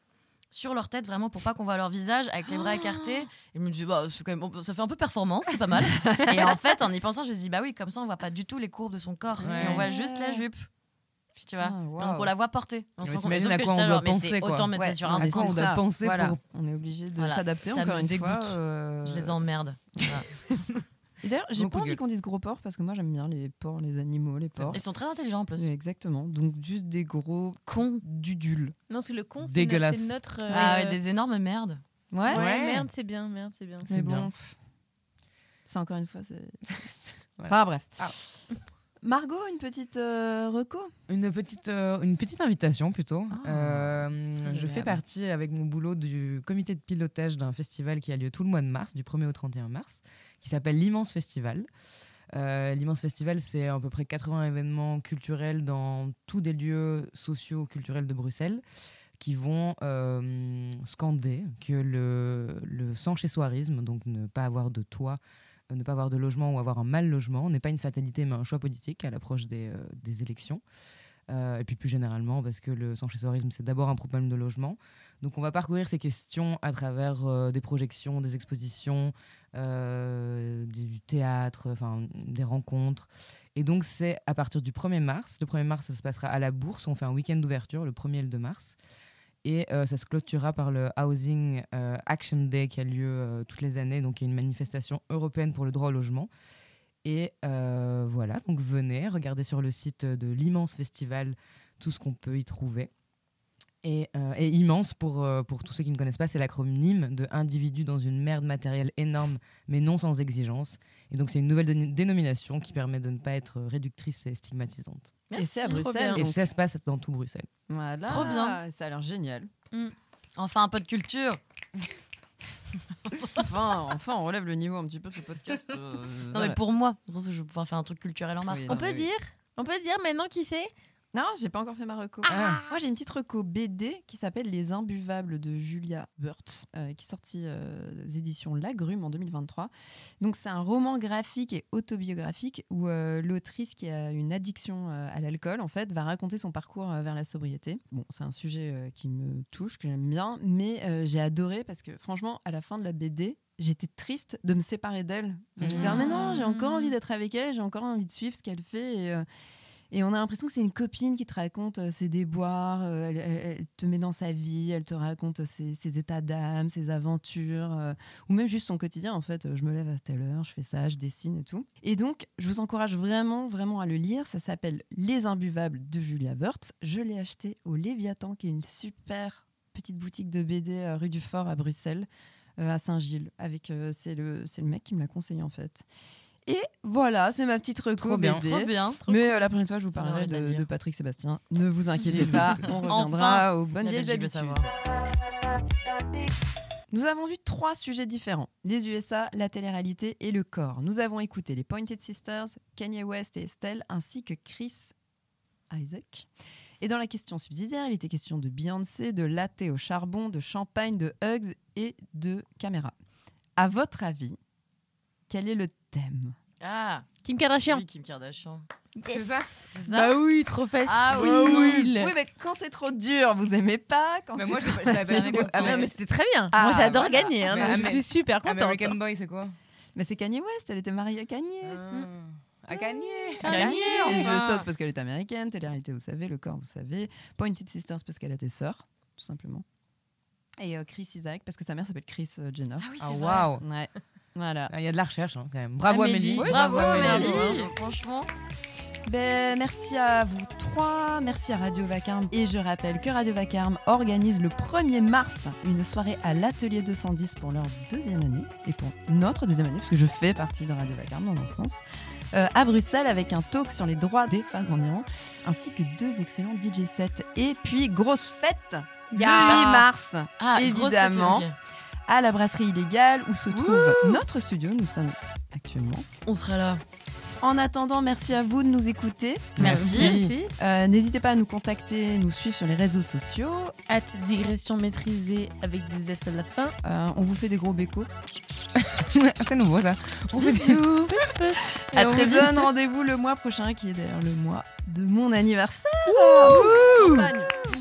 C: sur leur tête vraiment pour pas qu'on voit leur visage avec les bras
L: Ah.
C: écartés et je me dis bah c'est quand même ça fait un peu performance
A: (laughs)
C: c'est pas mal et en fait en y pensant je me dis bah oui comme ça on voit pas du tout les courbes de son corps et
B: Ouais.
C: on voit juste la jupe tu vois
A: waouh.
C: donc on la voit portée on se
A: Ouais,
C: rend compte mais
A: t'imagines à
C: sauf que
A: quoi
C: j'étais
A: on doit
C: genre, mais c'est
A: penser, quoi.
C: autant mettre ça
A: Ouais,
C: sur
A: non,
C: un
A: mais c'est
C: compte
A: ça. Voilà.
C: pour
A: On est obligé de
C: Voilà.
A: s'adapter
C: Ça
A: encore
C: me
A: une fois.
C: dégoûte.
A: euh,
C: Je les emmerde. Voilà.
A: Et d'ailleurs, j'ai
C: Beaucoup
A: pas
C: de
A: envie
C: gueule.
A: qu'on dise gros porcs parce que moi j'aime bien les porcs, les animaux, les porcs.
C: Ils sont très intelligents en plus.
A: Oui, Exactement. Donc juste des gros
C: cons
A: dudules.
H: Non, parce que le con, c'est no-
A: Dégueulasse.
H: c'est notre. euh,
C: Ah ouais, des énormes merdes.
A: Ouais.
H: Ah Ouais,
A: Ouais.
H: merde, c'est bien, merde, c'est bien.
A: Mais bon, pff, ça encore une fois, c'est. (laughs) Enfin bref.
C: Ah.
A: Margot, une petite euh, reco
B: Une petite, euh, une petite invitation plutôt. Euh, je
A: agréable.
B: fais partie avec mon boulot du comité de pilotage d'un festival qui a lieu tout le mois de mars, du 1er au 31 mars, qui s'appelle l'Immense Festival. Euh, L'Immense Festival, c'est à peu près 80 événements culturels dans tous des lieux sociaux culturels de Bruxelles qui vont euh, scander que le, le sans-chez-soirisme, donc ne pas avoir de toit, euh, ne pas avoir de logement ou avoir un mal logement n'est pas une fatalité mais un choix politique à l'approche des, euh, des élections. Euh, et puis plus généralement, parce que le sans-chez-soirisme, c'est d'abord un problème de logement. Donc on va parcourir ces questions à travers euh, des projections, des expositions, euh, du du théâtre, enfin des rencontres. Et donc c'est à partir du 1er mars. Le 1er mars, ça se passera à la Bourse. On fait un week-end d'ouverture le 1er et le 2 mars. Et euh, ça se clôturera par le Housing euh, Action Day qui a lieu euh, toutes les années. Donc il y a une manifestation européenne pour le droit au logement. Et euh, voilà, donc venez, regardez sur le site de l'immense festival tout ce qu'on peut y trouver. Et, euh, et immense, pour, euh, pour tous ceux qui ne connaissent pas, c'est l'acronyme de individu dans une merde matérielle énorme, mais non sans exigence. Et donc c'est une nouvelle déni- dénomination qui permet de ne pas être réductrice et stigmatisante.
A: Et c'est à Merci. Bruxelles,
B: Et
A: Ah, donc.
B: ça se passe dans tout Bruxelles.
A: Voilà.
C: Trop bien.
A: Ça a l'air génial.
C: Enfin, un peu de culture.
A: enfin, enfin, on relève le niveau un petit peu de ce podcast. euh,
C: Non,
A: voilà.
C: mais pour moi, je pense que je vais pouvoir faire un truc culturel en mars.
A: Oui,
H: On
A: non,
H: peut
A: mais oui.
H: dire On peut dire maintenant qui c'est
A: Non, j'ai pas encore fait ma reco. Moi, j'ai une petite reco BD qui s'appelle Les Imbuvables de Julia Burtz, euh, qui est sortie euh, aux éditions Lagrume en 2023. Donc, c'est un roman graphique et autobiographique où euh, l'autrice qui a une addiction euh, à l'alcool, en fait, va raconter son parcours euh, vers la sobriété. Bon, c'est un sujet euh, qui me touche, que j'aime bien, mais euh, j'ai adoré parce que, franchement, à la fin de la BD, j'étais triste de me séparer d'elle. J'étais,
B: Mm.
D: Mhm.
A: ah, mais non, j'ai encore envie d'être avec elle, j'ai encore envie de suivre ce qu'elle fait. Et, euh, et on a l'impression que c'est une copine qui te raconte euh, ses déboires, euh, elle, elle- elle te met dans sa vie, elle te raconte ses, ses états d'âme, ses aventures, euh, ou même juste son quotidien en fait. Euh, Je me lève à telle heure, je fais ça, je dessine et tout. Et donc, je vous encourage vraiment, vraiment à le lire. Ça s'appelle Les Imbuvables de Julia Wirtz. Je l'ai acheté au Léviathan, qui est une super petite boutique de BD euh, rue du Fort à Bruxelles, euh, à Saint-Gilles. Avec euh, c'est le c'est le mec qui me l'a conseillé en fait. Et voilà, c'est ma petite reco
C: Trop bien,
A: BD.
C: trop bien, trop
A: Mais
C: cool.
A: euh, la prochaine fois, je vous
C: Ça m'a
A: parlerai
C: donné de la
A: de,
C: lire.
A: de Patrick Sébastien. Ne
C: (laughs)
A: vous inquiétez
C: S'il vous
A: pas,
C: plaît.
A: on reviendra
C: Enfin,
A: aux bonnes
C: la
A: vieilles
C: Belgique veut
A: habitudes.
C: savoir.
A: Nous avons vu trois sujets différents les USA, la télé-réalité et le corps. Nous avons écouté les Pointed Sisters, Kanye West et Estelle, ainsi que Chris Isaac. Et dans la question subsidiaire, il était question de Beyoncé, de latte au charbon, de champagne, de hugs et de caméra. À votre avis, quel est le thème
C: Ah
H: Kim Kardashian.
C: Oui, Kim Kardashian.
H: C'est ça
C: Bah
H: oui, trop facile.
A: Ah oui, oui. Oui, mais quand c'est trop dur, vous aimez pas quand
B: Mais
A: c'est
B: Bah moi,
A: trop
B: je- je l'avais
A: facile.
B: dit comme Ah, mais- toi.
H: mais c'était très bien.
A: Ah,
H: Moi, j'adore
A: voilà.
H: gagner. hein,
A: Mais
H: donc je
A: Amé-
H: suis super contente.
B: American Boy, c'est quoi
A: Mais c'est Kanye West, elle était mariée à Kanye.
C: Euh, Ah
B: À gagner
A: Ah, Kanye, Les
B: enfin.
A: USA, c'est parce qu'elle est américaine, télé-réalité, vous savez, le corps, vous savez. Pointed Sisters, parce qu'elle a des sœurs, tout simplement. Et euh, Chris Isaac, parce que sa mère s'appelle Chris euh, Jenner.
C: oui,
B: Ah, waouh
A: Ouais. Voilà.
B: Il y a de la recherche, hein, quand même. Bravo, Amélie.
A: Oui,
C: Bravo, Amélie.
A: Bravo.
C: Franchement.
A: Ben, merci à vous trois, merci à Radio Vacarme. Et je rappelle que Radio Vacarme organise le 1er mars une soirée à l'Atelier 210 pour leur deuxième année et pour notre deuxième année, parce que je fais partie de Radio Vacarme dans un sens, euh, à Bruxelles avec un talk sur les droits des femmes en Iran, ainsi que deux excellents DJ sets. Et puis, grosse fête
H: Ya.
A: le 8 mars,
C: Ah, grosse fête,
A: évidemment,
C: ok.
A: à la brasserie illégale où se trouve notre studio. Nous sommes actuellement.
C: On sera là.
A: En attendant, merci à vous de nous écouter.
H: Merci. Merci.
A: Euh, N'hésitez pas à nous contacter, nous suivre sur les réseaux sociaux.
H: Hâte digression maîtrisée avec des S à la fin.
A: Euh, on vous fait des gros bécos.
B: (laughs) c'est nouveau, ça. On fait des-
H: Bisous. Puss, puss.
A: Et
H: Et
A: on
H: on
A: vous
H: vit.
A: donne rendez-vous le mois prochain, qui est d'ailleurs le mois de mon anniversaire. Champagne.